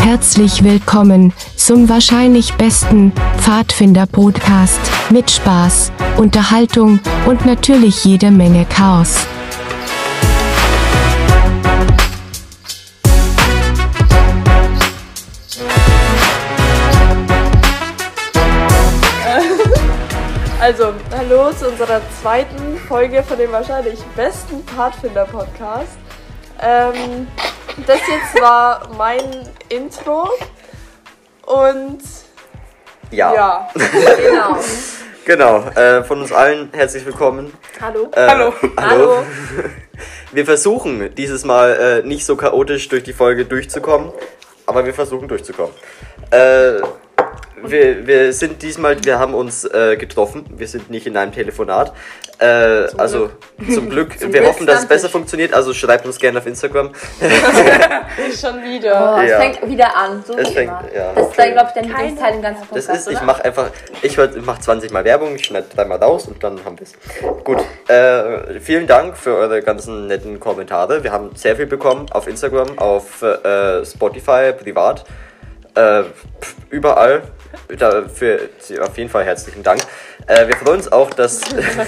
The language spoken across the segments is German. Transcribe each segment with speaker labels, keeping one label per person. Speaker 1: Herzlich willkommen zum wahrscheinlich besten Pfadfinder-Podcast mit Spaß, Unterhaltung und natürlich jede Menge Chaos.
Speaker 2: Also, hallo zu unserer zweiten Folge von dem wahrscheinlich besten Pfadfinder-Podcast. Ähm, das jetzt war mein Intro und
Speaker 3: Ja,
Speaker 2: ja, genau.
Speaker 3: genau. Äh, von uns allen herzlich willkommen.
Speaker 2: Hallo.
Speaker 3: Äh,
Speaker 2: hallo.
Speaker 3: hallo.
Speaker 2: Hallo.
Speaker 3: Wir versuchen dieses Mal äh, nicht so chaotisch durch die Folge durchzukommen, aber wir versuchen durchzukommen. Äh, wir, wir sind diesmal, wir haben uns äh, getroffen, wir sind nicht in einem Telefonat. Äh, also zum Glück, wir
Speaker 4: Glück
Speaker 3: hoffen, dass es
Speaker 4: stand
Speaker 3: besser
Speaker 4: ich.
Speaker 3: funktioniert, also schreibt uns gerne auf Instagram.
Speaker 2: Schon wieder.
Speaker 4: Oh,
Speaker 3: Ja.
Speaker 4: Es fängt wieder an, so
Speaker 3: Es
Speaker 4: wie
Speaker 3: fängt-
Speaker 4: immer.
Speaker 3: ja.
Speaker 4: das ist, glaube ich, der
Speaker 2: Keine-
Speaker 4: Lieblingsteil im ganzen
Speaker 3: Das
Speaker 4: Podcast,
Speaker 3: ist,
Speaker 4: oder?
Speaker 3: ich mache einfach, ich mache 20 Mal Werbung, ich schneide dreimal raus und dann haben wir es. Gut, äh, vielen Dank für eure ganzen netten Kommentare. Wir haben sehr viel bekommen auf Instagram, auf äh, Spotify, privat, äh, pf, überall. Dafür auf jeden Fall herzlichen Dank. Äh, wir freuen uns auch, dass,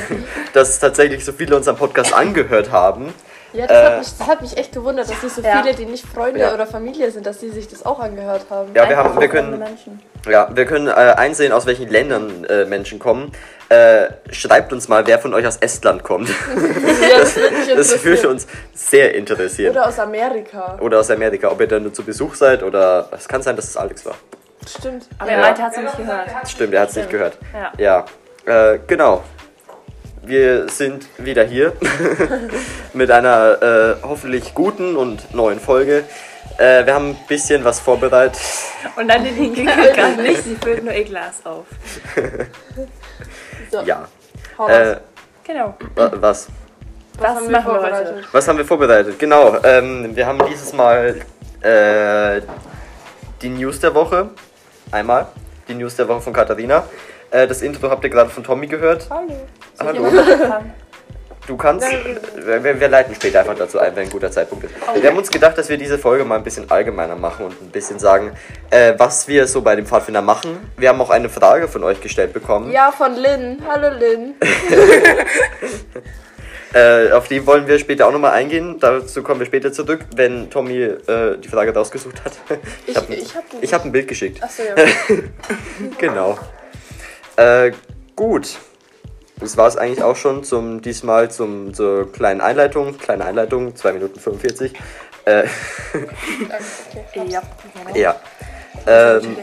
Speaker 3: dass tatsächlich so viele unseren Podcast angehört haben.
Speaker 2: Ja, das,
Speaker 3: Äh,
Speaker 2: hat mich, das hat mich echt gewundert, dass nicht so
Speaker 4: Ja.
Speaker 2: viele, die nicht Freunde
Speaker 3: Ja.
Speaker 2: oder Familie sind, dass die sich das auch angehört haben.
Speaker 3: Ja, wir
Speaker 4: Einfach
Speaker 3: haben, wir
Speaker 4: so fremde
Speaker 3: können,
Speaker 4: Menschen.
Speaker 3: Ja, wir können äh, einsehen, aus welchen Ländern äh, Menschen kommen. Äh, schreibt uns mal, wer von euch aus Estland kommt.
Speaker 2: Ja, das würde mich
Speaker 3: Das würde
Speaker 2: interessieren.
Speaker 3: uns sehr interessieren. Oder,
Speaker 2: Oder aus Amerika.
Speaker 3: aus Amerika, ob ihr da nur zu Besuch seid oder. Es kann sein, dass es Alex war.
Speaker 2: Stimmt.
Speaker 4: Aber der Leute hat es nicht gehört.
Speaker 3: Stimmt, er hat es nicht gehört.
Speaker 4: Ja.
Speaker 3: Ja, äh, genau. Wir sind wieder hier mit einer äh, hoffentlich guten und neuen Folge. Äh, wir haben ein bisschen was vorbereitet.
Speaker 5: Und dann den Hinkel gar nicht, sie füllt nur ihr Glas auf.
Speaker 2: So,
Speaker 3: Ja.
Speaker 2: hau
Speaker 3: Äh,
Speaker 2: raus.
Speaker 5: Genau.
Speaker 3: wa- was?
Speaker 5: Was
Speaker 2: haben wir
Speaker 5: machen wir
Speaker 2: vorbereitet?
Speaker 5: heute?
Speaker 3: Was haben wir vorbereitet? Genau, ähm, wir haben dieses Mal äh, die News der Woche. Einmal. Die News der Woche von Katharina. Äh, das Intro habt ihr gerade von Tommy gehört.
Speaker 2: Hallo.
Speaker 3: Hallo. Du kannst. Wir, wir- wir leiten später einfach dazu ein, wenn ein guter Zeitpunkt ist. Wir haben uns gedacht, dass wir diese Folge mal ein bisschen allgemeiner machen und ein bisschen sagen, äh, was wir so bei dem Pfadfinder machen. Wir haben auch eine Frage von euch gestellt bekommen.
Speaker 2: Ja, von Lynn. Hallo Lynn.
Speaker 3: Äh, auf die wollen wir später auch nochmal eingehen. Dazu kommen wir später zurück, wenn Tommy äh, die Frage rausgesucht hat.
Speaker 2: Ich-
Speaker 3: hab ein-
Speaker 2: ich hab die
Speaker 3: ich hab ein Bild geschickt.
Speaker 2: Achso, ja.
Speaker 3: Genau. Äh, gut. Das war es eigentlich auch schon zum diesmal zum zur kleinen Einleitung. Kleine Einleitung, 2 Minuten 45. Äh,
Speaker 5: Ja.
Speaker 3: ja. Ähm,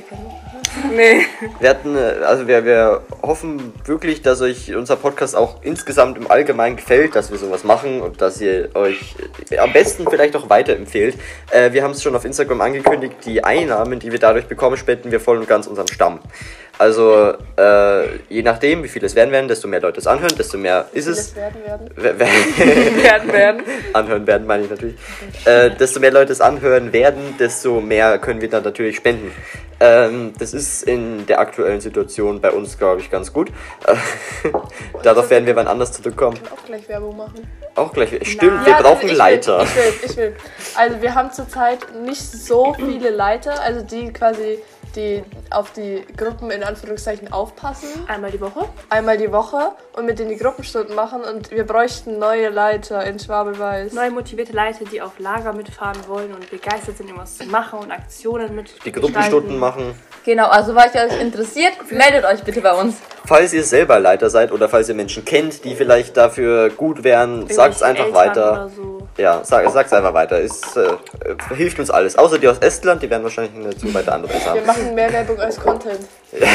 Speaker 5: Nee.
Speaker 3: wir hatten, äh, also wir, wir hoffen wirklich, dass euch unser Podcast auch insgesamt im Allgemeinen gefällt, dass wir sowas machen und dass ihr euch äh, am besten vielleicht auch weiterempfehlt. Äh, wir haben es schon auf Instagram angekündigt, die Einnahmen, die wir dadurch bekommen, spenden wir voll und ganz unserem Stamm. Also äh, je nachdem, wie viel es werden werden, desto mehr Leute es anhören, desto mehr ist es.
Speaker 2: Das werden werden.
Speaker 3: Wer- wer-
Speaker 5: Werden werden.
Speaker 3: anhören werden, meine ich natürlich. Äh, desto mehr Leute es anhören werden, desto mehr können wir dann natürlich spenden. Ähm, das ist in der aktuellen Situation bei uns, glaube ich, ganz gut. Äh, Darauf werden wir wann anders zurückkommen.
Speaker 2: Auch gleich Werbung machen.
Speaker 3: Auch gleich. Stimmt,
Speaker 5: Nein.
Speaker 3: wir
Speaker 2: Ja,
Speaker 3: brauchen
Speaker 2: ich will,
Speaker 3: Leiter.
Speaker 2: Ich will, ich will. Also wir haben zurzeit nicht so viele Leiter, also die quasi die auf die Gruppen in Anführungszeichen aufpassen,
Speaker 5: Einmal die Woche.
Speaker 2: einmal die Woche und mit denen die Gruppenstunden machen und wir bräuchten neue Leiter in Schwabeweiß.
Speaker 5: Neu motivierte Leute, die auf Lager mitfahren wollen und begeistert
Speaker 4: um
Speaker 5: sind, irgendwas zu machen und Aktionen mit.
Speaker 3: Die Gruppenstunden machen.
Speaker 4: Genau, also war ich euch interessiert, meldet euch bitte bei uns.
Speaker 3: Falls ihr selber Leiter seid oder falls ihr Menschen kennt, die vielleicht dafür gut wären, sagt es einfach
Speaker 5: Oder
Speaker 3: weiter.
Speaker 5: so.
Speaker 3: Ja, sag, sag's einfach weiter. Es äh, äh, hilft uns alles. Außer die aus Estland, die werden wahrscheinlich eine zu weite andere haben.
Speaker 2: Wir machen mehr Werbung als Content.
Speaker 5: Ja.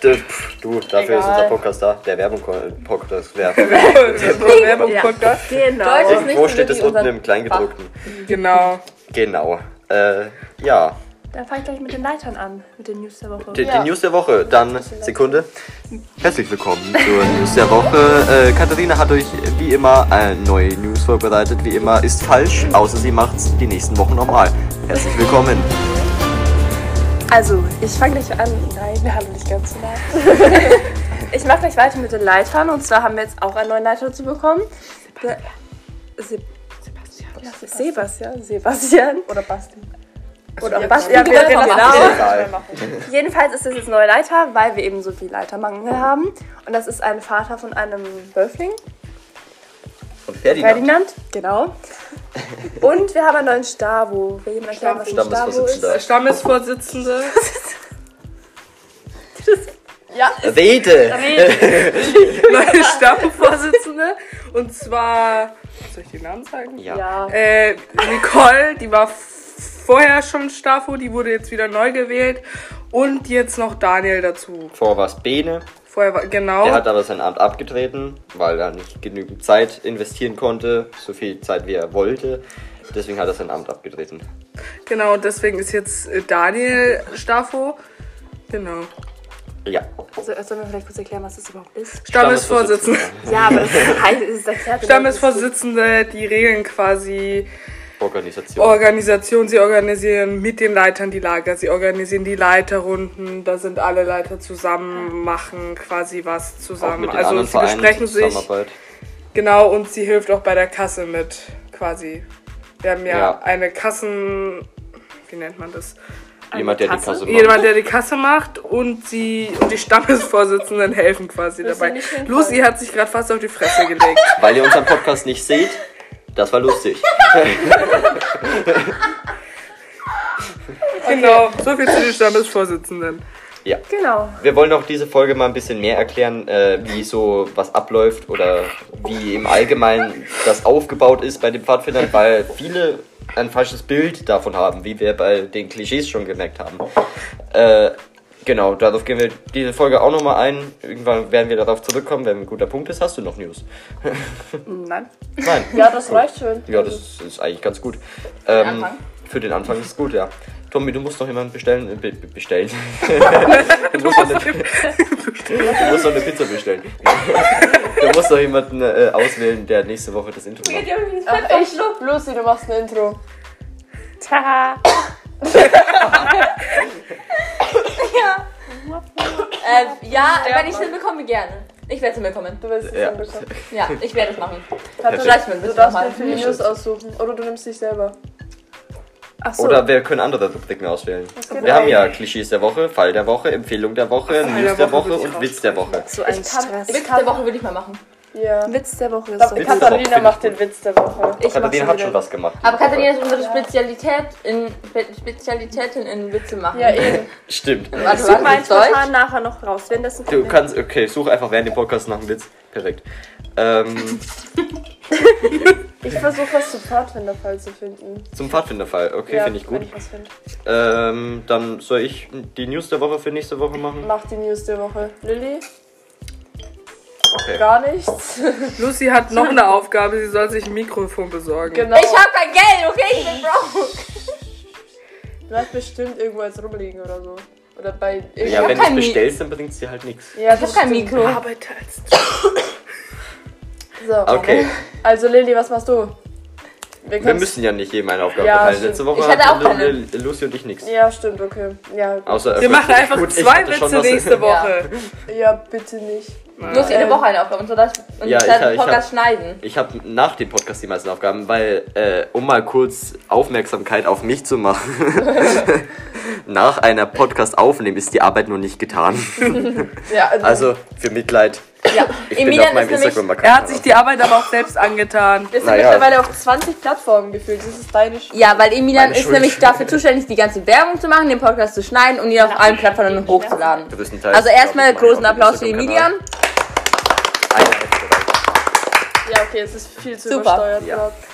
Speaker 3: Du, Äh, pff, du, dafür
Speaker 2: Egal.
Speaker 3: ist unser Podcast da. Der Werbung-Podcast. Wer,
Speaker 5: Werbung-Podcast.
Speaker 4: Deutsch
Speaker 5: Genau.
Speaker 4: ist nicht
Speaker 3: wo
Speaker 4: so
Speaker 3: steht es
Speaker 4: wie unser
Speaker 3: unten im Kleingedruckten?
Speaker 5: Genau.
Speaker 3: Genau. Äh, ja.
Speaker 5: Dann fange ich gleich mit den Leitern an, mit den News der Woche.
Speaker 3: Die,
Speaker 2: Ja.
Speaker 3: die News der Woche. Dann, Sekunde. Herzlich willkommen zur News der Woche. Äh, Katharina hat euch wie immer äh, neue News vorbereitet. Wie immer ist falsch, außer sie macht's die nächsten Wochen nochmal. Herzlich willkommen.
Speaker 6: Also, ich fange gleich an. Nein, hallo, nicht ganz so laut. ich mache gleich weiter mit den Leitern. Und zwar haben wir jetzt auch einen neuen Leiter zu bekommen. Der- Se- Sebastian. Sebastian. Sebastian.
Speaker 2: Oder Basti.
Speaker 5: Also
Speaker 6: Oder was? Ja, wir
Speaker 5: Genau.
Speaker 6: reden
Speaker 4: genau.
Speaker 6: Jedenfalls ist das jetzt neue Leiter, weil wir eben so viel Leitermangel haben. Und das ist ein Vater von einem Wölfling,
Speaker 3: Und Ferdinand.
Speaker 6: Ferdinand, genau. Und wir haben einen neuen Stavo. Will jemand erklären, was ein Stavo ist?
Speaker 3: Stammesvorsitzender.
Speaker 5: Stammesvorsitzende.
Speaker 3: Rede!
Speaker 5: neue Stammvorsitzende. Und zwar, soll ich den Namen sagen?
Speaker 3: Ja.
Speaker 5: Äh, Nicole, die war f- vorher schon Staffo, die wurde jetzt wieder neu gewählt. Und jetzt noch Daniel dazu.
Speaker 3: Vor was Bene.
Speaker 5: Vorher war, genau.
Speaker 3: Der hat aber sein Amt abgetreten, weil er nicht genügend Zeit investieren konnte, so viel Zeit wie er wollte. Deswegen hat er sein Amt abgetreten.
Speaker 5: Genau, und deswegen ist jetzt äh, Daniel Staffo. Genau.
Speaker 3: Ja.
Speaker 6: Also, sollen wir vielleicht kurz erklären, was das überhaupt ist?
Speaker 5: Stammesvorsitzende.
Speaker 6: Ja, aber das ist, halt- das ist erklärt.
Speaker 5: Stammesvorsitzende, die regeln quasi
Speaker 3: Organisation.
Speaker 5: Organisation. Sie organisieren mit den Leitern die Lager, sie organisieren die Leiterrunden, da sind alle Leiter zusammen, machen quasi was
Speaker 3: Auch
Speaker 5: zusammen.
Speaker 3: mit den
Speaker 5: Also
Speaker 3: anderen
Speaker 5: sie
Speaker 3: Vereinen
Speaker 5: besprechen sich.
Speaker 3: Zusammenarbeit.
Speaker 5: Genau, und sie hilft auch bei der Kasse mit, quasi. Wir haben ja,
Speaker 3: Ja.
Speaker 5: eine Kassen. Wie nennt man das?
Speaker 3: Jemand, der die Kasse macht.
Speaker 5: Jemand, der die Kasse macht und sie und die Stammesvorsitzenden helfen quasi dabei. Lucy hat sich gerade fast auf die Fresse gelegt.
Speaker 3: Weil ihr unseren Podcast nicht seht, das war lustig.
Speaker 5: Genau, so viel zu den Stammesvorsitzenden.
Speaker 3: Ja.
Speaker 6: Genau.
Speaker 3: Wir wollen auch diese Folge mal ein bisschen mehr erklären, äh, wie so was abläuft oder wie im Allgemeinen das aufgebaut ist bei den Pfadfindern, weil viele ein falsches Bild davon haben, wie wir bei den Klischees schon gemerkt haben. Äh, genau, darauf gehen wir diese Folge auch nochmal ein. Irgendwann werden wir darauf zurückkommen, wenn ein guter Punkt ist. Hast du noch News?
Speaker 6: Nein.
Speaker 3: Nein.
Speaker 2: Ja, das reicht schon.
Speaker 3: Ja, das ist, ist eigentlich ganz gut. Ähm, für den Anfang ist es gut, ja. Tommy, du musst noch jemanden bestellen. äh, Be be- bestellen. du, musst noch eine, du musst noch eine Pizza bestellen. du musst noch jemanden äh, auswählen, der nächste Woche das Intro macht.
Speaker 2: Ach, ich? Lucy, du machst ein Intro.
Speaker 6: Taha.
Speaker 4: Äh, ja, wenn ich es hinbekomme, gerne. Ich werde es hinbekommen.
Speaker 2: Du willst es
Speaker 3: Ja.
Speaker 2: ja. hinbekommen.
Speaker 4: Ja, ich werde es machen.
Speaker 3: Perfekt.
Speaker 4: Vielleicht mal ein
Speaker 2: Du
Speaker 4: bisschen
Speaker 2: darfst dir
Speaker 4: nochmal.
Speaker 2: für die News aussuchen. Oder du nimmst dich selber.
Speaker 3: Oder wir können andere Rubriken auswählen. Wir haben ja Klischees der Woche, Fall der Woche, Empfehlung der Woche, News der
Speaker 5: der
Speaker 3: Woche
Speaker 5: Woche würde ich
Speaker 3: und Witz der Woche.
Speaker 6: So ein Stress.
Speaker 4: Witz der Woche würde ich mal machen.
Speaker 2: Ja.
Speaker 6: Witz der Woche ist
Speaker 2: Ich glaub,
Speaker 3: Witz der Woche
Speaker 4: Also,
Speaker 6: so.
Speaker 2: Katharina
Speaker 3: find
Speaker 2: macht
Speaker 3: ich
Speaker 2: den
Speaker 3: gut.
Speaker 2: Witz der Woche.
Speaker 4: Ich mach
Speaker 3: Katharina
Speaker 4: schon
Speaker 3: hat
Speaker 4: wieder.
Speaker 3: schon was gemacht.
Speaker 4: Aber Katharina ist unsere Spezialität in Spe- Spezialitätin in Witze machen.
Speaker 2: Ja, eben.
Speaker 3: Stimmt.
Speaker 4: Warte,
Speaker 6: Such
Speaker 4: warte,
Speaker 6: meinen
Speaker 4: ist Deutsch?
Speaker 6: spontan nachher noch raus, wenn das ein
Speaker 3: Du
Speaker 6: Problem
Speaker 3: kannst, okay, such einfach während dem Podcast nach einem Witz. Perfekt. Ähm,
Speaker 2: Ich versuche was zu Pfadfinderfall zu finden.
Speaker 3: zum Pfadfinderfall, okay,
Speaker 2: Ja,
Speaker 3: finde ich gut.
Speaker 2: Wenn ich was finde.
Speaker 3: Ähm, dann soll ich die News der Woche für nächste Woche machen.
Speaker 2: Mach die News der Woche. Lilly?
Speaker 3: Okay.
Speaker 2: Gar nichts.
Speaker 5: Lucy hat noch eine Aufgabe, sie soll sich ein Mikrofon besorgen.
Speaker 2: genau.
Speaker 4: Ich habe kein Geld, okay? Ich bin broke.
Speaker 2: Du hast bestimmt irgendwo jetzt rumliegen oder so. Oder bei
Speaker 3: Ja,
Speaker 2: irgend-
Speaker 3: wenn
Speaker 4: hab
Speaker 3: du es
Speaker 4: kein Mi-
Speaker 3: bestellst, dann bringt es dir halt nichts.
Speaker 2: ja
Speaker 4: Ich habe kein
Speaker 2: stimmt.
Speaker 4: Mikro.
Speaker 5: Arbeite als
Speaker 2: So.
Speaker 3: Okay,
Speaker 2: Also Lilly, was machst du?
Speaker 3: wir
Speaker 2: können's-
Speaker 3: müssen ja nicht jedem eine Aufgabe
Speaker 2: Ja,
Speaker 3: verteilen.
Speaker 2: stimmt.
Speaker 3: Letzte Woche
Speaker 4: Ich hatte
Speaker 3: hatten
Speaker 4: auch keine.
Speaker 3: Lu- Lucy und ich nichts.
Speaker 2: Ja, stimmt, okay. Ja,
Speaker 3: Außer
Speaker 5: Wir machen einfach
Speaker 3: Gut, ich
Speaker 5: zwei
Speaker 3: hatte schon
Speaker 5: Witze
Speaker 3: was-
Speaker 5: nächste Woche.
Speaker 2: ja bitte nicht.
Speaker 4: Bloß jede Woche eine Aufgabe und so dass und
Speaker 3: Ja,
Speaker 4: ja,
Speaker 3: ich hab-
Speaker 4: dann
Speaker 3: ich
Speaker 4: Podcast
Speaker 3: hab-
Speaker 4: schneiden.
Speaker 3: Ich habe nach dem Podcast die meisten Aufgaben, weil, äh, um mal kurz Aufmerksamkeit auf mich zu machen, nach einer Podcast aufnehmen ist die Arbeit noch nicht getan.
Speaker 2: Ja,
Speaker 3: Also, für Mitleid.
Speaker 4: Ja.
Speaker 3: Ich bin auf
Speaker 4: Emilian ist
Speaker 3: meinem
Speaker 4: nämlich
Speaker 3: Instagram-Account. Also,
Speaker 5: Er hat sich die Arbeit aber auch selbst angetan.
Speaker 2: wir sind
Speaker 3: naja.
Speaker 2: mittlerweile auf 20 Plattformen gefühlt. Das ist deine Schuld.
Speaker 4: ja, weil Emilian
Speaker 3: Meine
Speaker 4: ist
Speaker 3: Schuld.
Speaker 4: nämlich dafür zuständig, die ganze Werbung zu machen, den Podcast zu schneiden und ihn auf allen Plattformen hochzuladen.
Speaker 3: Größtenteils,
Speaker 4: Also erstmal
Speaker 3: glaub ich,
Speaker 4: großen
Speaker 3: auf dem
Speaker 4: Applaus für
Speaker 3: Instagram-Kanal.
Speaker 4: Emilian.
Speaker 2: Ja, okay, es ist viel zu
Speaker 4: Super.
Speaker 2: übersteuert.
Speaker 3: Ja.
Speaker 2: überhaupt.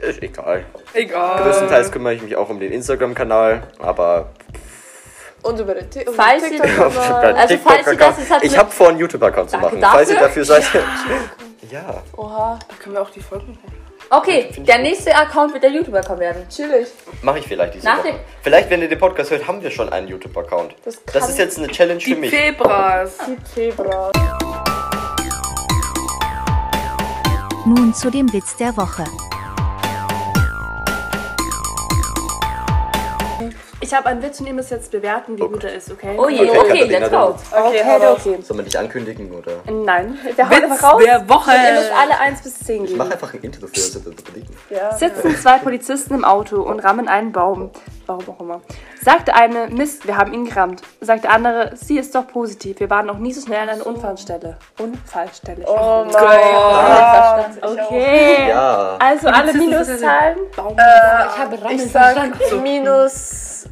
Speaker 3: Ist egal.
Speaker 5: Egal.
Speaker 3: Größtenteils kümmere ich mich auch um den Instagram-Kanal, aber
Speaker 2: Und über den Ti- um
Speaker 4: Falls ihr-
Speaker 2: den TikTok-Kanal.
Speaker 4: Also,
Speaker 3: TikTok
Speaker 4: falls ihr das jetzt hat
Speaker 3: ich
Speaker 4: mit-
Speaker 3: habe vor, einen YouTube-Account zu
Speaker 4: Danke
Speaker 3: machen. Falls ihr
Speaker 4: dafür.
Speaker 3: dafür seid. Ja.
Speaker 2: Oha,
Speaker 5: Da können wir auch die Folgen
Speaker 4: Okay, der nächste Account wird der YouTuber-Account werden.
Speaker 2: chillig.
Speaker 3: Mache ich vielleicht diese
Speaker 4: Nach
Speaker 3: Woche.
Speaker 4: dem-
Speaker 3: Vielleicht, wenn ihr den Podcast hört, haben wir schon einen YouTube-Account.
Speaker 2: Das kann
Speaker 3: Das ist jetzt eine Challenge
Speaker 5: Die
Speaker 3: für mich.
Speaker 5: Febras.
Speaker 2: Februar.
Speaker 7: Nun zu dem Witz der Woche.
Speaker 6: Ich habe einen Witz und ihr müsst jetzt bewerten, wie
Speaker 3: Oh
Speaker 6: gut er ist, okay?
Speaker 4: Oh je,
Speaker 3: Okay,
Speaker 4: okay,
Speaker 3: Katharina,
Speaker 4: let's
Speaker 3: dann-
Speaker 4: go.
Speaker 6: Okay,
Speaker 2: hau
Speaker 6: okay,
Speaker 2: raus.
Speaker 6: okay.
Speaker 3: Soll man dich ankündigen oder?
Speaker 6: Nein, wir hauen
Speaker 5: Witz
Speaker 6: einfach raus.
Speaker 5: der
Speaker 6: Ihr müsst
Speaker 5: Woche.
Speaker 6: alle 1 bis 10
Speaker 3: Ich
Speaker 6: geben.
Speaker 3: mache einfach ein Intro für unsere Rubriken.
Speaker 2: Ja.
Speaker 6: Sitzen zwei Polizisten im Auto und rammen einen Baum. warum auch immer. Sagte eine, Mist, wir haben ihn gerammt. Sagte andere, sie ist doch positiv, wir waren noch nie so schnell an einer Unfallstelle. Unfallstelle. Oh
Speaker 4: Okay.
Speaker 3: Ja.
Speaker 6: Also alle Minuszahlen.
Speaker 2: ich habe Ich sag minus,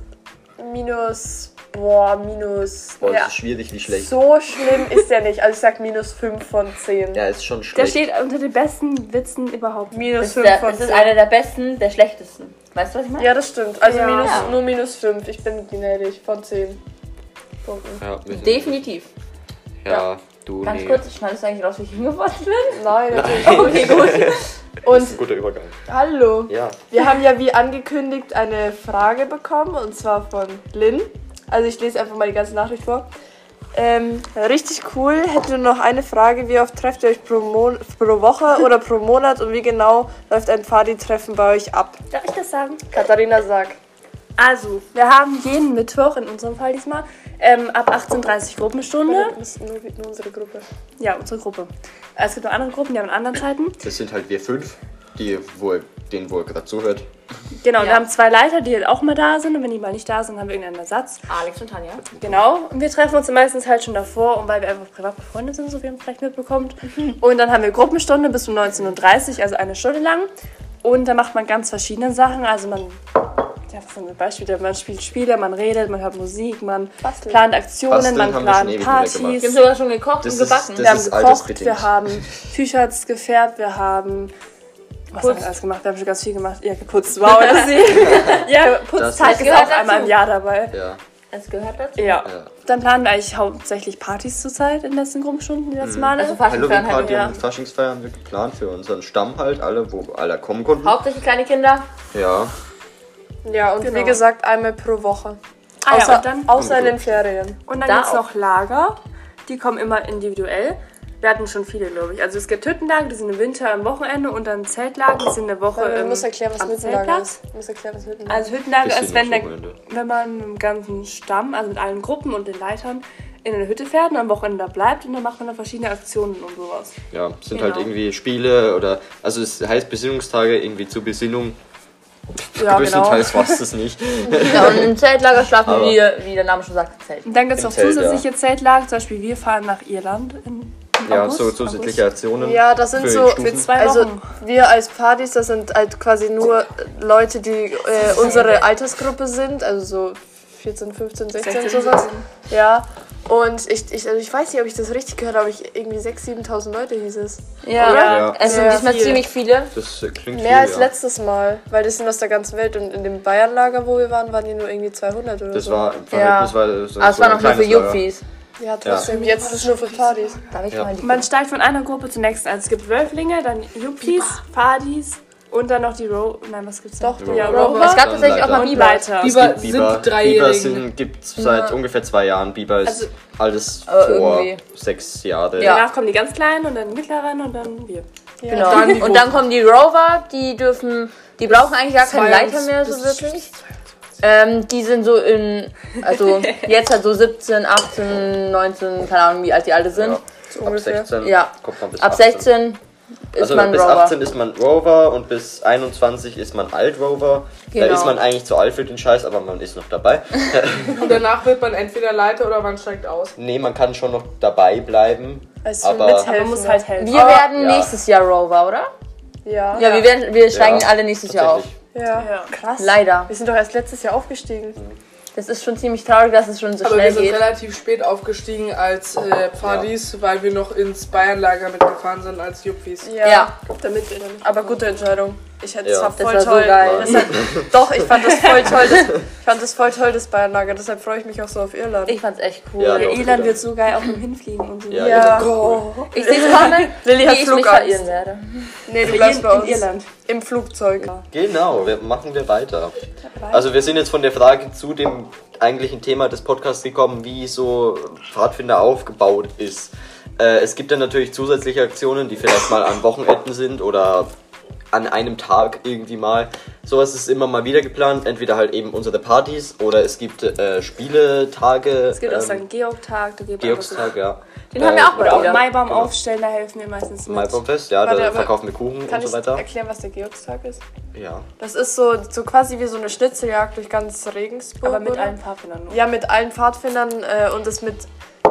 Speaker 2: minus, boah, minus.
Speaker 3: Boah,
Speaker 2: ja.
Speaker 3: das ist schwierig, wie schlecht.
Speaker 2: So schlimm ist der nicht. Also ich sag minus 5 von 10.
Speaker 3: Ja, ist schon
Speaker 6: Der
Speaker 3: schlecht.
Speaker 6: steht unter den besten Witzen überhaupt.
Speaker 2: Minus
Speaker 4: Das
Speaker 2: 5
Speaker 4: ist, der,
Speaker 2: von
Speaker 4: das
Speaker 2: 10.
Speaker 4: ist einer der besten, der schlechtesten. Weißt du, was ich meine?
Speaker 2: ja, das stimmt. Also
Speaker 6: Ja.
Speaker 2: Minus,
Speaker 4: Ja.
Speaker 2: nur minus 5. Ich bin gnädig. Von 10 Punkten.
Speaker 3: ja, bisschen-
Speaker 4: Definitiv.
Speaker 3: Ja, du.
Speaker 4: Ganz
Speaker 3: nee.
Speaker 4: kurz, ich schneide es eigentlich raus, wie ich hingeworfen bin.
Speaker 2: Nein, natürlich.
Speaker 4: Okay, gut.
Speaker 2: Und
Speaker 3: Guter Übergang.
Speaker 2: hallo.
Speaker 3: Ja.
Speaker 2: Wir haben ja wie angekündigt eine Frage bekommen und zwar von Lynn. Also ich lese einfach mal die ganze Nachricht vor. Ähm, richtig cool. Hätte noch eine Frage. Wie oft trefft ihr euch pro, Mon pro Woche oder pro Monat und wie genau läuft ein Fadi-Treffen bei euch ab?
Speaker 6: Darf ich das sagen?
Speaker 2: Katharina sagt.
Speaker 6: Also, wir haben jeden Mittwoch, in unserem Fall diesmal, ähm, ab 18.30 Uhr Gruppenstunde.
Speaker 2: Das ist nur, nur unsere Gruppe.
Speaker 6: Ja, unsere Gruppe. Äh, Es gibt noch andere Gruppen, die haben an anderen Zeiten.
Speaker 3: Das sind halt wir fünf, die wohl, denen wohl gerade zuhört.
Speaker 6: Genau, wir
Speaker 4: Ja.
Speaker 6: haben zwei Leiter, die halt auch mal da sind. Und wenn die mal nicht da sind, haben wir irgendeinen Ersatz.
Speaker 4: Alex und Tanja.
Speaker 6: Genau. Und wir treffen uns meistens halt schon davor. Und weil wir einfach privat befreundet sind, so wie man vielleicht mitbekommt. Und dann haben wir Gruppenstunde bis um 19.30 Uhr, also eine Stunde lang. Und da macht man ganz verschiedene Sachen. Also man, ja, was sind Beispiele? Man spielt Spiele, man redet, man hört Musik, man plant Aktionen,
Speaker 3: Basteln haben
Speaker 6: man
Speaker 3: wir schon
Speaker 6: plant
Speaker 3: ewig nicht mehr
Speaker 6: Partys.
Speaker 3: gemacht.
Speaker 4: Wir haben sogar schon gekocht
Speaker 3: Das
Speaker 4: und
Speaker 3: ist-
Speaker 4: gebacken.
Speaker 3: das-
Speaker 6: Wir haben
Speaker 3: ist
Speaker 6: gekocht,
Speaker 3: altersbedingt.
Speaker 6: wir haben T-Shirts gefärbt, wir haben. Was haben wir alles gemacht? Wir haben schon ganz viel gemacht. Ja, geputzt. Wow, das Ja,
Speaker 3: Das-
Speaker 6: Putzzeit ist
Speaker 4: gehört
Speaker 6: auch einmal
Speaker 4: dazu.
Speaker 6: im Jahr dabei.
Speaker 3: Ja.
Speaker 4: Es gehört dazu.
Speaker 6: Ja.
Speaker 3: Ja.
Speaker 6: Dann planen wir eigentlich hauptsächlich Partys zurzeit in den letzten Gruppenstunden, die
Speaker 3: Mhm.
Speaker 6: letzten Male.
Speaker 4: Also fast
Speaker 3: Halloween Party
Speaker 4: ja.
Speaker 3: und Faschingsfeier haben wir geplant für unseren Stamm halt, alle, wo alle kommen konnten.
Speaker 4: Hauptsächlich kleine Kinder.
Speaker 3: Ja.
Speaker 2: Ja, und wie
Speaker 6: Genau.
Speaker 2: gesagt, einmal pro Woche.
Speaker 6: ah,
Speaker 2: außer
Speaker 6: ja, und dann,
Speaker 2: außer in den Ferien.
Speaker 6: und dann
Speaker 4: da
Speaker 6: gibt es
Speaker 4: auch.
Speaker 6: noch Lager. Die kommen immer individuell. Wir hatten schon viele, glaube ich. Also es gibt Hüttenlager, die sind im Winter am Wochenende und dann Zeltlager, die sind in der Woche
Speaker 2: Du
Speaker 6: im,
Speaker 2: musst erklären, was
Speaker 6: am
Speaker 2: Mittenlager
Speaker 6: Zeltplatz.
Speaker 2: ist. Du musst erklären, was Mittenlager ist.
Speaker 6: Also Hüttenlager
Speaker 3: Bisschen
Speaker 6: ist, wenn, der,
Speaker 3: am Wochenende.
Speaker 6: wenn man mit dem ganzen Stamm, also mit allen Gruppen und den Leitern, in eine Hütte fährt und am Wochenende da bleibt und dann macht man da verschiedene Aktionen und sowas.
Speaker 3: Ja, sind
Speaker 6: Genau.
Speaker 3: halt irgendwie Spiele oder. Also, es heißt Besinnungstage irgendwie zur Besinnung.
Speaker 6: Ja,
Speaker 3: Größtenteils genau. war's das nicht.
Speaker 4: Ja, und im Zeltlager schlafen
Speaker 3: Aber-
Speaker 4: wir, wie der Name schon sagt, im Zelt.
Speaker 6: Und dann gibt es
Speaker 3: Im
Speaker 6: noch
Speaker 3: Zelt,
Speaker 6: zusätzliche Zeltlager, zum Beispiel wir fahren nach Irland in
Speaker 3: ja,
Speaker 6: August,
Speaker 3: so zusätzliche Aktionen.
Speaker 2: Ja, das sind
Speaker 3: für
Speaker 2: so-
Speaker 3: Stufen.
Speaker 6: für zwei
Speaker 2: Also
Speaker 6: Wochen.
Speaker 2: wir als Partys, das sind halt quasi nur Leute, die äh, unsere Altersgruppe sind, also so 14, 15, 16,
Speaker 6: 16,
Speaker 2: sowas. Ja. Und ich, ich, also ich weiß nicht, ob ich das richtig gehört habe, ich irgendwie 6.000, 7.000 Leute hieß es.
Speaker 4: Ja,
Speaker 3: Ja.
Speaker 4: es sind
Speaker 2: Ja,
Speaker 4: diesmal
Speaker 2: viel.
Speaker 4: ziemlich viele.
Speaker 3: Das äh, klingt
Speaker 2: Mehr als
Speaker 3: viel, ja.
Speaker 2: letztes Mal, weil das sind aus der ganzen Welt und in dem Bayernlager, wo wir waren, waren die nur irgendwie 200 oder
Speaker 3: Das
Speaker 2: so.
Speaker 3: war im Verhältnis, weil so
Speaker 4: Aber Ah, es
Speaker 3: so
Speaker 4: war
Speaker 3: ein
Speaker 4: noch nur für
Speaker 3: kleines äh, Lager.
Speaker 4: Juppies.
Speaker 2: Ja, trotzdem. Jetzt ist es nur für Partys.
Speaker 4: Darf ich
Speaker 3: Ja.
Speaker 4: mal die
Speaker 6: Man steigt von einer Gruppe zur nächsten. Also es gibt Wölflinge, dann Yuppies, Fadis und dann noch die Ro... Nein, was gibt's
Speaker 2: Doch,
Speaker 6: noch?
Speaker 2: die
Speaker 6: Ja,
Speaker 2: Rover.
Speaker 6: Rover.
Speaker 4: Es gab tatsächlich auch mal
Speaker 3: Und
Speaker 6: und
Speaker 4: Biber.
Speaker 6: Leiter.
Speaker 8: Biber sind
Speaker 3: Biber, Biber
Speaker 8: Dreijährigen.
Speaker 3: sind, gibt's seit ungefähr zwei Jahren. Biber ist
Speaker 8: Also-
Speaker 3: alles
Speaker 4: Äh,
Speaker 3: vor
Speaker 4: irgendwie.
Speaker 3: sechs Jahren.
Speaker 4: Ja.
Speaker 6: Danach kommen die ganz Kleinen und dann die Mittleren und dann wir.
Speaker 4: Genau. und dann kommen die Rover, die dürfen, die brauchen eigentlich gar keinen Leiter mehr so wirklich. Ähm, die sind so in, also jetzt halt so 17, 18, 19, keine Ahnung, wie alt die alle sind.
Speaker 3: Ja. Ab 16
Speaker 4: Ja.
Speaker 3: kommt man bis
Speaker 4: Ab
Speaker 3: 18.
Speaker 4: 16 ist
Speaker 3: Also
Speaker 4: man
Speaker 3: bis
Speaker 4: Rover.
Speaker 3: 18 ist man Rover und bis 21 ist man Alt-Rover. Da
Speaker 4: Genau.
Speaker 3: ist man eigentlich zu alt für den Scheiß, aber man ist noch dabei.
Speaker 8: Und danach wird man entweder Leiter oder man steigt aus.
Speaker 3: nee, man kann schon noch dabei bleiben.
Speaker 2: Also
Speaker 3: aber
Speaker 6: Man muss halt helfen.
Speaker 4: Wir werden
Speaker 3: Ah, ja.
Speaker 4: nächstes Jahr Rover, oder?
Speaker 2: Ja.
Speaker 4: Ja, wir, werden, wir steigen
Speaker 3: Ja,
Speaker 4: alle nächstes Jahr auf.
Speaker 3: tatsächlich.
Speaker 2: ja.
Speaker 6: Krass.
Speaker 4: Leider.
Speaker 2: Wir sind doch erst letztes Jahr aufgestiegen.
Speaker 4: Das ist schon ziemlich traurig, dass es schon so
Speaker 8: Aber wir
Speaker 4: schnell
Speaker 8: sind
Speaker 4: geht.
Speaker 8: relativ spät aufgestiegen als äh, Pfadis, weil wir noch ins Bayernlager mitgefahren sind als Juppies.
Speaker 4: Ja.
Speaker 2: Damit, aber gute Entscheidung. Ich hätte es
Speaker 3: Ja.
Speaker 2: war voll
Speaker 4: Das war so
Speaker 2: toll.
Speaker 4: geil.
Speaker 2: Deshalb, doch, ich fand das voll toll. Das, ich fand das voll toll, das Bayernlager. Deshalb freue ich mich auch so auf Irland.
Speaker 4: Ich fand's echt cool.
Speaker 3: Ja, doch,
Speaker 6: Irland
Speaker 3: ja.
Speaker 6: wird so geil auch mit dem Hinfliegen und so.
Speaker 3: Ja,
Speaker 2: Ja.
Speaker 3: ihr seid
Speaker 6: Oh
Speaker 3: cool.
Speaker 4: Ich sehe es kommen,
Speaker 2: Lilly
Speaker 4: wie
Speaker 2: hat
Speaker 4: ich mich
Speaker 2: Flugangst.
Speaker 4: verirren werde.
Speaker 2: nee, du bleibst bei
Speaker 6: In
Speaker 2: uns.
Speaker 6: Irland.
Speaker 2: Im Flugzeug.
Speaker 3: Genau, wir machen wir weiter. Also wir sind jetzt von der Frage zu dem eigentlichen Thema des Podcasts gekommen, wie so Pfadfinder aufgebaut ist. Äh, es gibt dann natürlich zusätzliche Aktionen, die vielleicht mal an Wochenenden sind oder an einem Tag irgendwie mal. Sowas ist immer mal wieder geplant. Entweder halt eben unsere Partys oder es gibt äh, Spieletage.
Speaker 2: Es gibt auch
Speaker 3: Ähm,
Speaker 2: St. Georg-Tag, da gibt einfach so-
Speaker 3: Georgstag, ja. Äh,
Speaker 4: Den haben wir auch
Speaker 3: oder
Speaker 4: bald wieder.
Speaker 2: Maibaum
Speaker 3: Genau.
Speaker 2: aufstellen, da helfen wir meistens mit.
Speaker 3: Maibaumfest, ja,
Speaker 2: Warte,
Speaker 3: da
Speaker 2: aber
Speaker 3: verkaufen wir Kuchen
Speaker 2: Kann
Speaker 3: und
Speaker 2: ich
Speaker 3: so weiter.
Speaker 2: erklären, was der Georgstag ist?
Speaker 3: Ja.
Speaker 6: Das ist so, so quasi wie so eine Schnitzeljagd durch ganz Regensburg.
Speaker 2: Aber mit
Speaker 6: oder?
Speaker 2: allen Pfadfindern nur.
Speaker 6: Ja, mit allen Pfadfindern äh, und das mit